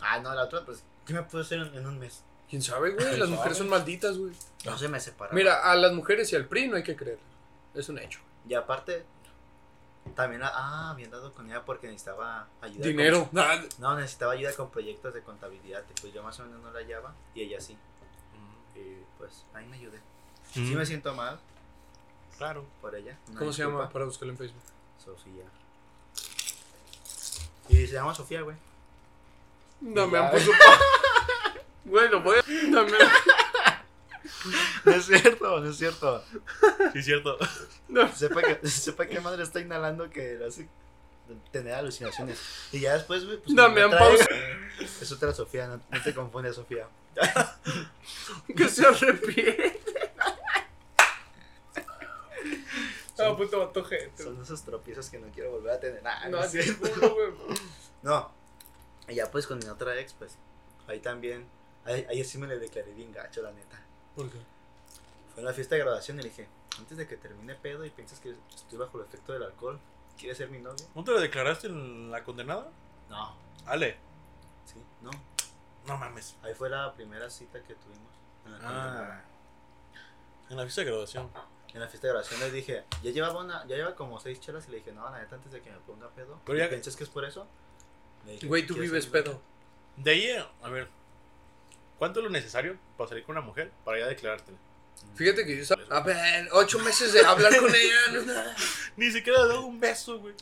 Ah, no, la otra, pues, ¿qué me puedo hacer en, en un mes?
¿Quién sabe, güey? Las
¿Quién
mujeres son
sabe?
malditas, güey.
No se me separa.
Mira, a las mujeres y al PRI no hay que creer. Es un hecho.
Y aparte, también, ah, había dado con ella porque necesitaba ayuda.
Dinero. Ah,
con- no, necesitaba ayuda con proyectos de contabilidad. y Pues yo más o menos no la hallaba y ella sí. Y pues, ahí me ayudé. Sí me siento mal
Mm. Claro.
por ella. una
¿Cómo se
disculpa.
llama? Para buscarlo en Facebook.
Sofía. Y se llama Sofía, güey.
No me
Ya.
han puesto. Güey, lo voy a. No me,
No es cierto, no es cierto.
Sí, es cierto.
no-
Sepa, que, sepa qué madre está inhalando que le hace tener alucinaciones. Y ya después, güey, pues.
No
me
me han
trae- eh, Es otra Sofía, no, no te confundes, Sofía.
que se arrepiente. Ah, puto vato gente.
Son esos tropiezos que no quiero volver a tener. Ah,
No,
no, es cierto.
ninguno, güey.
No. Y ya, pues, con mi otra ex, pues. Ahí también. Ahí, ahí sí me le declaré bien gacho, la neta.
¿Por qué?
Fue en la fiesta de graduación y le dije: Antes de que termine pedo y piensas que estoy bajo el efecto del alcohol, ¿quieres ser mi novia?
¿No te lo declaraste en la condenada?
No.
Ale.
Sí, no.
No mames.
Ahí fue la primera cita que tuvimos. En la,
Ah. En la fiesta de graduación.
en la fiesta de graduación les dije, ya llevaba una, ya lleva como seis chelas y le dije, no, la neta, antes de que me ponga pedo.
Pero
¿y
ya-
¿Piensas que es por eso? Le dije,
Güey, tú
"¿Quieres
vives
ser mi novia?".
pedo.
De ahí, a ver. ¿Cuánto es lo necesario para salir con una mujer para ya declararte?
Fíjate que yo estaba. A ver, ocho meses de hablar con ella. no es nada.
Ni siquiera le dado un beso, güey.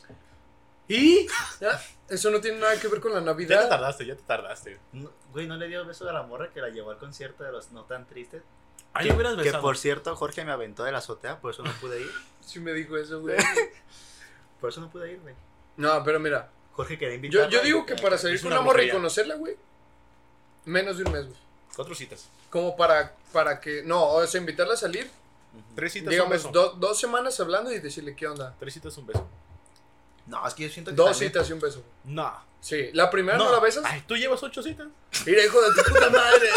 ¿Y? Ya, Eso no tiene nada que ver con la
Ya te
Navidad.
tardaste, ya te tardaste.
No, Mm, güey, ¿no le dio el beso de la morra que la llevó al concierto de los no tan tristes?
Ahí
Que-
hubieras
Que
besado.
por cierto, Jorge me aventó de la azotea, por eso no pude ir.
Sí me dijo eso, güey.
Por eso no pude ir, güey.
No, pero mira.
Jorge quería invitar.
Yo, yo digo que para salir
Es
con
una
una morra y
brujería.
conocerla, güey, menos de un mes, güey.
Cuatro citas.
Como para, para que. No, o sea, invitarla a salir.
Tres citas, un
digamos,
beso.
do- dos semanas hablando y decirle qué onda.
Tres citas, un beso.
No, es que yo siento que.
Dos
también-
citas y un beso. güey.
No.
Sí, la primera no, la besas.
Ay, tú llevas ocho citas.
Mira, hijo de tu puta madre.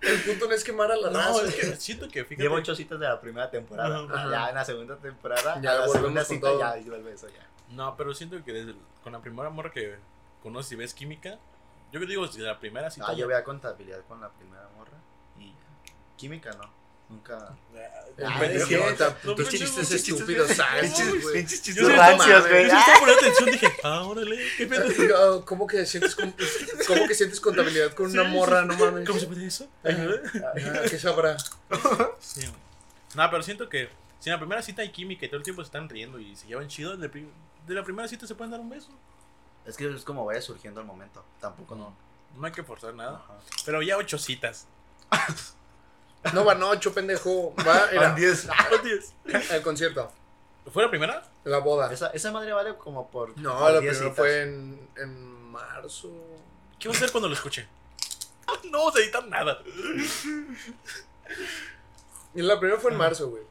El punto no es quemar a la
No,
raza.
es que siento que, fíjate.
Llevo ocho citas de la primera temporada.
Ajá.
Ya en la segunda temporada,
Ya
ya la
volvemos
segunda
con
cita,
todo.
ya dio el beso, ya.
No, pero siento que desde- con la primera morra que conoces y ves química, yo que digo, si de la primera cita.
Ah, yo veía contabilidad con la primera morra y ya. Química no, nunca.
El
Ah,
pendejo,
es cierto.
neta,
No,
Tus
pendejo,
chistes
tus chistes
estúpidos,
bien-
sánchez, güey.
Yo soy
rancios, güey.
Yo sí estaba poniendo atención, dije, ah, órale, qué pedo.
Ah, ¿Cómo que sientes, con- cómo que sientes contabilidad con una
Sí,
morra? No mames.
¿Cómo se puede eso?
Ah, ¿Qué sabrá?
Sí. No, pero siento que si en la primera cita hay química y todo el tiempo se están riendo y se llevan chido, de, pri- de la primera cita se pueden dar un beso.
Es que es como vaya surgiendo al momento. Tampoco no.
No hay que forzar
Ah,
nada.
Ajá.
Pero ya ocho citas.
No van ocho, pendejo. Va Ah.
Van
era,
10.
al concierto,
¿Fue la primera?
la boda.
Ah, Esa, esa madre vale como por.
No,
por
la primera
10 citas.
fue en, en marzo.
¿Qué vas a hacer cuando lo escuche? No vamos a editar nada.
Y la primera
Ah.
fue en marzo, güey.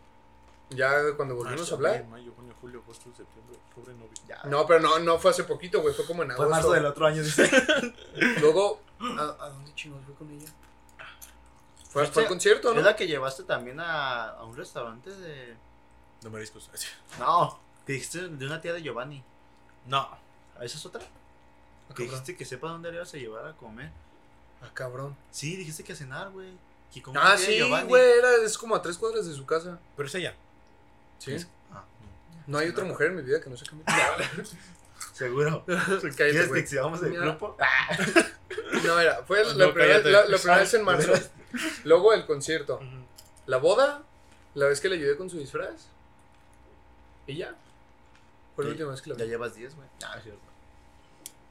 Ya cuando volvimos
Marzo,
a hablar.
abril, Mayo, junio, julio, agosto, septiembre, octubre, noviembre.
Ya.
No, pero no, no fue hace poquito, güey. Fue como en
Fue
agosto.
marzo del otro año, dice.
Luego,
Ah.
¿a, a dónde chingos fue con ella? Fue, fue al concierto,
Es
¿no?
la que llevaste también a, a un restaurante de.
No me discutas.
No, que dijiste de una tía de Giovanni.
No.
¿Esa es otra?
Ah,
Que
cabrón.
dijiste que sepa dónde le ibas a llevar a comer.
Ah, cabrón.
Sí, dijiste que a cenar, güey. Que como
Ah,
una tía de
sí,
Giovanni.
güey. Era, es como a tres cuadras de su casa.
Pero es ella.
Sí.
Ah,
No hay otra mujer en mi vida que no se cambie.
Seguro.
Cállate,
¿Quieres
güey.
que sigamos el
Mira.
grupo?
No, era, fue la,
No,
primera,
cállate.
la, la primera vez en marzo. Luego el concierto. La boda, la vez que le ayudé con su disfraz. Y ya. Fue la
Sí,
última vez que la
Ya
vi.
llevas 10, güey. Ah, es cierto.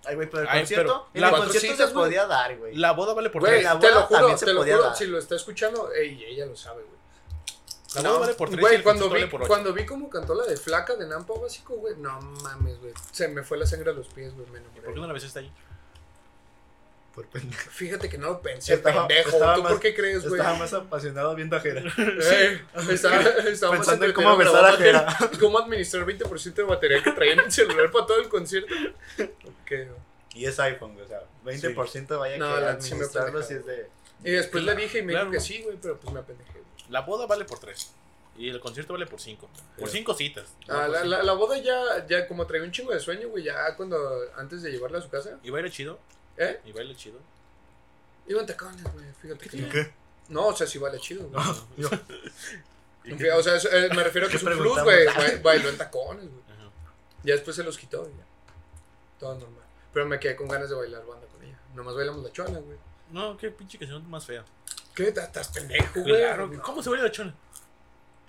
Ay, güey, pero el
Ay,
concierto.
pero
en
la-
el
cuatro
concierto
citas,
se
güey.
podía dar, güey.
La boda vale por
Güey,
tres.
la
te
boda
lo juro,
también se
te lo
podía
juro.
dar.
Si lo está escuchando, ey, ella lo sabe, güey.
La boda vale por tres. y
Güey,
el
cuando
concierto
vi,
vale por ocho.
cuando vi cómo cantó la de Flaca de Nampa Básico, güey, no mames, güey. Se me fue la sangre a los pies, güey, me enamoré.
¿Por qué no la besaste ahí?
Por pendejo.
Fíjate que no lo pensé,
Estaba-
pendejo.
estaba
¿Tú
más-
por qué crees, güey?
Estaba más apasionado viendo a Jera.
Eh, estaba, estaba más
Pensando en
entretenido
cómo besar a
grabando
Jera.
que- Cómo administrar 20% de batería que traía en el celular para todo el concierto. Ok, güey.
Y es iPhone, güey. O sea, 20% vaya
No,
a querer
la- sí me
administrarlo
pendejaba.
si es de.
Y después le dije y me
Claro.
dijo que sí, güey, pero pues me apendejé. güey.
La boda vale por tres. Y el concierto vale por cinco. Por
pues Sí.
cinco citas.
Ah, la, la, la boda ya, ya como traía un chingo de sueño, güey, ya cuando, antes de llevarla a su casa,
Y baila chido.
¿eh?
Y baila chido.
Iban tacones, güey, fíjate que no.
qué?
No, o sea, sí vale chido, güey.
Yo,
¿Y
En
qué?
fin, O sea, es- eh, me refiero a que es
¿Qué
un plus,
preguntamos?
güey, ba- bailó en tacones, güey.
Ajá.
Ya después se los quitó, y ya. Todo normal. Pero me quedé con ganas de bailar banda con ella. Nomás bailamos la chola, güey.
No, qué pinche canción más fea.
¿Qué? ¿Estás pendejo, güey?
Claro. ¿Cómo se baila la chona?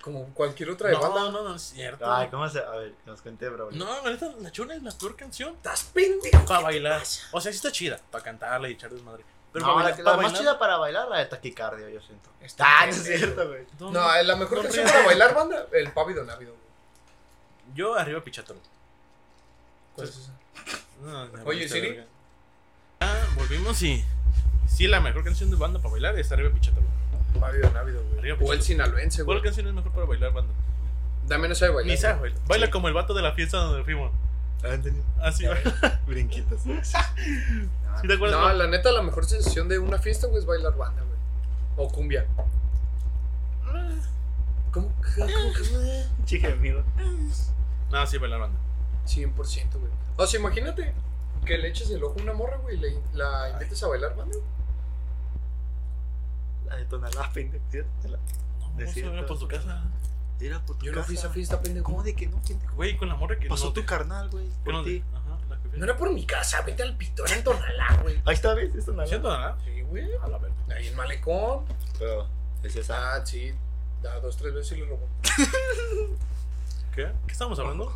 Como cualquier otra de banda.
No, no, no, es cierto.
Ay, ¿cómo se.? A ver, que nos cuente, bro.
No, la neta, la chona es la peor canción
¡Estás pendejo!
para bailar. O sea, sí está chida para cantarla y echar desmadre. Pero
No,
para
la,
bailar,
que-
para
la más
bailar-
chida para bailar, la de taquicardia, yo siento.
Está
Ah,
bien,
no es cierto, güey.
No,
No, eh, la mejor
No,
canción
ríe.
para bailar banda, el Pávido Návido, güey.
Yo arriba pichatón.
¿Cuál es esa?
No, me
Oye,
gusta,
Siri.
verga. Ah, volvimos y. Sí, la mejor canción de banda para bailar es Arriba Pichatón.
Pávido Návido, güey.
Arriba,
O el
pichito.
sinaloense,
¿Cuál
güey.
canción es mejor para bailar banda?
Dame no sabe bailar.
Ni sabe,
güey.
baila. Baila como el vato de la fiesta donde fuimos.
Ándale,
Así, ¿sí
Ah, Brinquitos.
te acuerdas?
No,
No,
la neta, la mejor sensación de una fiesta, güey, es bailar banda, güey. O cumbia.
Ah.
¿Cómo que? ¿Cómo que?
Chique, amigo.
no sí, bailar banda.
100%, güey. O sea, imagínate que le eches el ojo a una morra, güey, y le- la invites a bailar banda. güey.
La de Tonalá, pendejo.
No,
De
vamos a
cierto.
bailar por tu casa.
Era por tu
Yo no fui a esa
casa.
fiesta, pendejo.
¿Cómo de que no, pendejo?
Güey, con la morra que
Pasó
no-
tu carnal, güey.
que
Por
no-
ti.
Ajá, la que
No era por mi casa, vete al pitón en Tonalá, güey.
Ahí está, ¿ves? Es Tonalá.
¿Siento nada?
Sí, güey.
A la verga.
Ahí en Malecón.
Pero es esa.
Ah, sí. Da dos, tres veces y le robó.
¿Qué? ¿Qué estábamos hablando?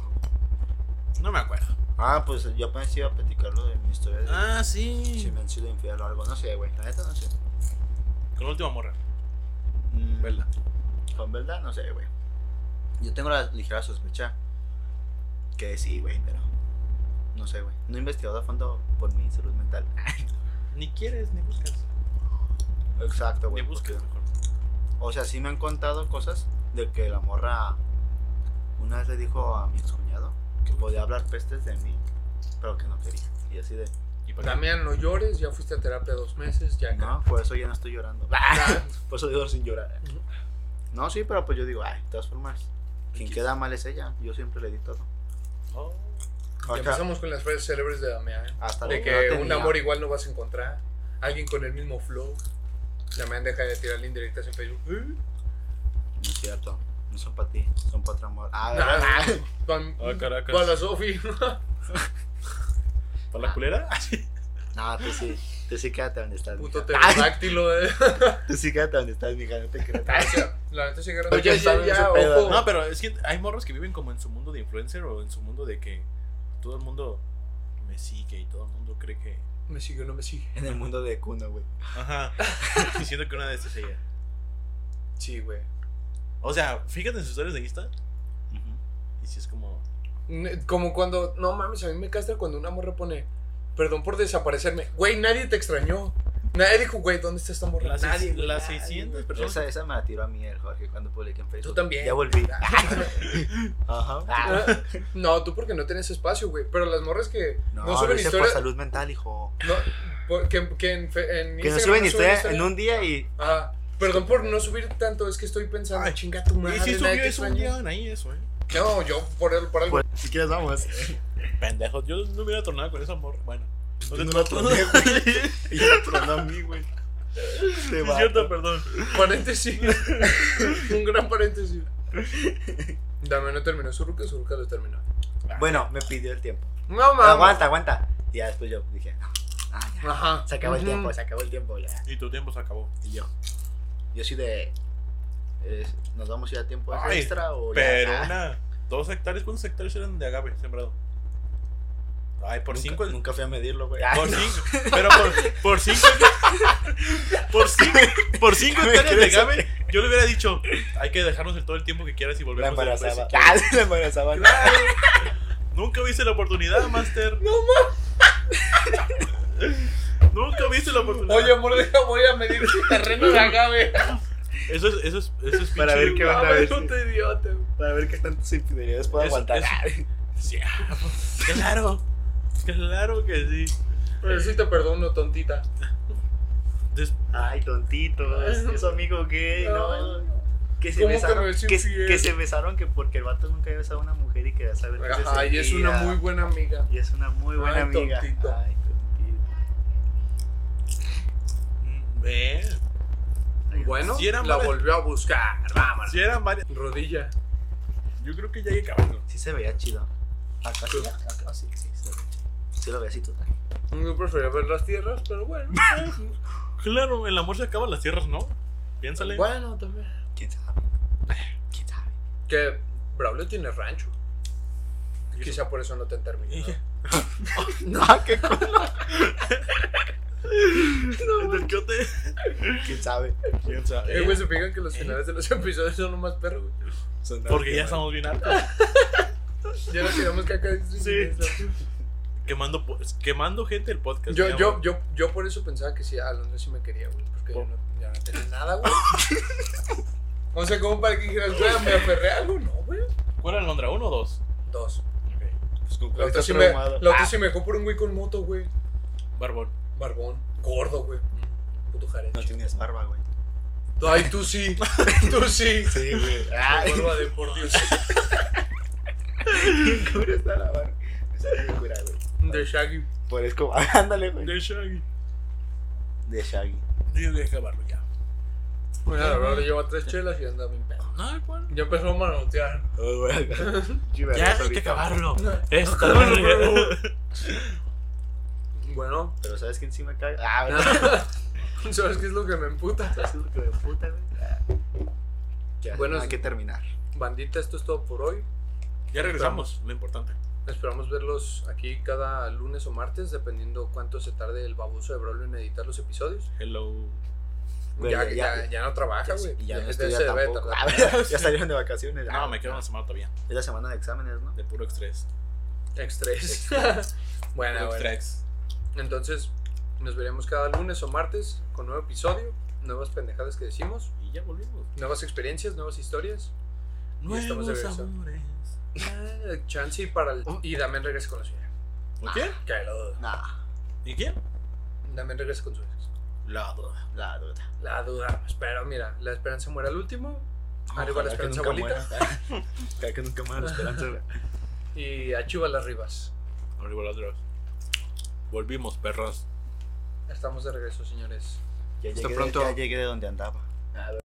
No me acuerdo.
Ah, pues yo apenas iba a platicarlo de mi historia de
Ah,
si
sí.
me han sido infiel o algo. No sé, güey. La neta no sé.
Con la última morra.
Mm,
Vela.
Con verdad, no sé, güey. Yo tengo la ligera sospecha que sí, güey, pero no sé, güey. No he investigado a fondo por mi salud mental.
Ni quieres, ni buscas.
Exacto,
Ni
güey.
busques mejor.
porque- O sea, sí me han contado cosas de que la morra una vez le dijo a mi excuñado que podía hablar pestes de mí, pero que no quería. Y así de,
¿Y para qué?
Damián, no llores, ya fuiste a terapia dos meses, ya acá.
no, por eso ya no estoy llorando. por eso digo sin llorar.
Ah. Ujú.
No, sí, pero pues yo digo, ay, de todas formas, quien
X.
queda mal es ella. Yo siempre le di todo.
Oh.
Ya
Hasta-
empezamos con las frases célebres de Damián.
hasta
De
lo
que
no
un
tenía.
amor igual no vas a encontrar. Alguien con el mismo flow. Damián deja de tirar indirectas en Facebook. ¿Eh?
No es cierto. No son para ti, son para otro amor. Ah,
Nah,
¿verdad?
Van-
Ah, Caracas.
Para la Sofi.
¿Para la culera?
No, tú sí, tú sí quédate donde estás.
Puto
mija. Ay,
pterodáctilo. eh.
Tú sí quédate donde estás, mija, no te creas.
Ah, o sea, La neta se agarra.
Porque
Oye, ya,
saben
ya,
su pedo,
ojo.
No, pero es que hay morros que viven como en su mundo de influencer o en su mundo de que todo el mundo me sigue y todo el mundo cree que.
Me sigue o no me sigue.
En el mundo de cuna, güey.
Ajá. y siento que una de estas es ella.
Sí, güey.
O sea, fíjate en sus historias de Insta y si es como.
Ne- Como cuando, no mames, a mí me castra cuando una morra pone, perdón por desaparecerme. Güey, nadie te extrañó. Nadie dijo, güey, ¿dónde está esta morra?
Las,
nadie, güey,
las
nadie,
600
güey.
personas.
Esa, esa me la tiró a mí el Jorge cuando publiqué en Facebook.
Tú también.
Ya volví. Ajá.
Ah, No, tú porque no tienes espacio, güey. Pero las morras que no,
No, no
suben
hice por
historias.
salud mental, hijo.
No, por- que, que en, fe- en
Que no
Instagram
suben historias
historia.
en un día y.
Ajá. Perdón por no subir tanto, es que estoy pensando,
Ay,
chinga tu madre.
Y
nadie
si subió
te
eso un
extraña".
día en ahí, eso, eh.
No, yo por, el, por algo.
Pues, si quieres, vamos.
Pendejo, yo no me hubiera tornado con esa morra. Bueno.
Pues
Yo no la troné, güey. Y la tronó a mí, güey. Este
Es
vato.
cierto, perdón.
Paréntesis. un gran paréntesis. Dame, no terminó su ruca, su ruca lo terminó.
Bueno, me pidió el tiempo.
No mames.
Aguanta, aguanta. Y ya después yo dije, no. Ah, ya.
Ajá.
Se acabó el
Ujú.
tiempo, se acabó el tiempo. Ya.
Y tu tiempo se acabó.
Y yo. Yo soy de. eh, ¿Nos vamos a ir a tiempo
Ay,
extra o
Pues
ya?
Pero
Ah,
una. Dos hectáreas, ¿cuántos hectáreas eran de agave sembrado? Ay, por
nunca,
cinco.
nunca fui a medirlo, güey.
Por cinco. Pero por, por cinco. Por cinco, por cinco
Me
hectáreas de
crees,
agave, yo le hubiera dicho, hay que dejarnos el todo el tiempo que quieras y
La
volvemos después si
embarazaba.
quieres".
Ah, la embarazaba.
Nunca viste la oportunidad, Master. No Nunca viste la oportunidad.
Oye, amor, deja, voy a medir tu terreno de agave.
eso es, eso es, eso es
Para
pinche-
ver qué
No,
van a
mames,
ver.
puto idiota. güey.
Para ver qué tantas infidelidades puedo
Es-
aguantar.
Sí, ah, claro. Claro que sí.
Pero sí te perdono, tontita.
Des-
Ay, tontitos. Es amigo gay,
Ay,
¿no? Que se,
¿Cómo que
besaron,
me es
que,
infiel?
que se besaron que porque el vato nunca había besado a una mujer y que ya saber qué se
Ajá, y es
sentía.
una muy buena amiga.
Y es una muy buena
Ay,
amiga.
tontito.
Ay, tontito.
mm, ve.
Ay,
Bueno,
Si era
la
mala-
volvió a buscar. Vámonos.
Si eran varias.
Rodilla.
Yo creo que ya hay que acabarlo.
Sí se veía chido. Acá sí, acá sí, sí, se veía chido. Sí lo veía así total.
Yo prefería ver las tierras, pero bueno. pues,
Claro, el amor se acaba en las tierras, ¿no? Piénsale.
bueno, también.
¿Quién sabe? ¿Quién sabe?
Que Braulio tiene rancho.
Y eso-
Quizá por eso no te han terminado.
No, qué culo.
¿En el quiote?
¿Quién sabe?
¿Quién sabe?
Eh, güey, se fijan que los
Eh.
finales de los episodios son los más perros, güey.
Porque ya estamos bien hartos.
Ya nos tiramos caca.
Sí. Quemando, po- quemando gente el podcast.
Yo,
ya,
yo,
güey.
yo, yo por eso pensaba que sí, Alonso sí me quería, güey. Porque yo
Por-
no, ya no tenía nada, güey. o sea, como para que dijeras, güey, me aferré a algo, no, güey.
¿Cuál era Londra? ¿Uno o dos?
Dos.
Pues con
La otra
cuatro
sí me,
traumado.
la otra sí me dejó por un güey con moto, güey.
Barbón.
Barbón. Gordo, güey. Mm, Puto
No
jarecho.
tienes barba, güey.
Ay, tú sí. Tú sí.
Sí, güey. Ay,
Barba de por Dios.
qué cura está la barba. Me sale bien cura, güey.
De Shaggy.
Por es como, ándale, güey.
De Shaggy.
De Shaggy.
Yo voy a acabarlo ya.
Bueno, la verdad, le lleva tres chelas y anda bien pedo.
No, ¿cuál?
Ya empezó a manotear.
Oh, güey. Yo me
Ya
arrepiento
hay que
ahorita.
acabarlo. Esta
Acábalo,
verga.
Bueno,
Pero ¿sabes quién sí me caga? Ah, ¿verdad?
¿sabes qué es lo que me emputa?
¿Sabes qué es lo que me puta, güey? Ah. Ya,
Bueno,
no hay
es-
que terminar.
Bandita, esto es todo por hoy.
Ya regresamos, lo importante.
Esperamos verlos aquí cada lunes o martes, dependiendo cuánto se tarde el baboso de Braulio en editar los episodios.
Hello.
Güey,
ya,
ya-
ya,
ya-
ya no trabaja,
Ya-
güey.
Y ya no
de
estudia
se debe de
tampoco.
tardar.
Ah, ya salieron de vacaciones.
No, me queda una semana todavía.
Es la semana de exámenes, ¿no?
De puro estrés.
Ah.
Extres. bueno,
Puro
bueno.
estrés.
Entonces, nos veremos cada lunes o martes con nuevo episodio, nuevas pendejadas que decimos,
Y ya volvimos.
nuevas experiencias, nuevas historias. Ya estamos de regreso. Ah, Chance y para el...
Oh.
Y Damián regresa con la suya.
¿Y quién?
Cae la duda.
Nah,
¿Y quién?
Damián regresa con su ex.
La duda.
la duda.
La duda. Espera, mira. La esperanza muere al último.
Ah,
Arriba la
Ojalá que
esperanza
nunca
abuelita.
muera.
Cada que nunca más la esperanza, güey.
Y achuva las ribas.
Arriba las drogas. Volvimos, perros.
Estamos de regreso, señores.
Ya
Hasta
llegué-
pronto.
ya
llegué de donde andaba.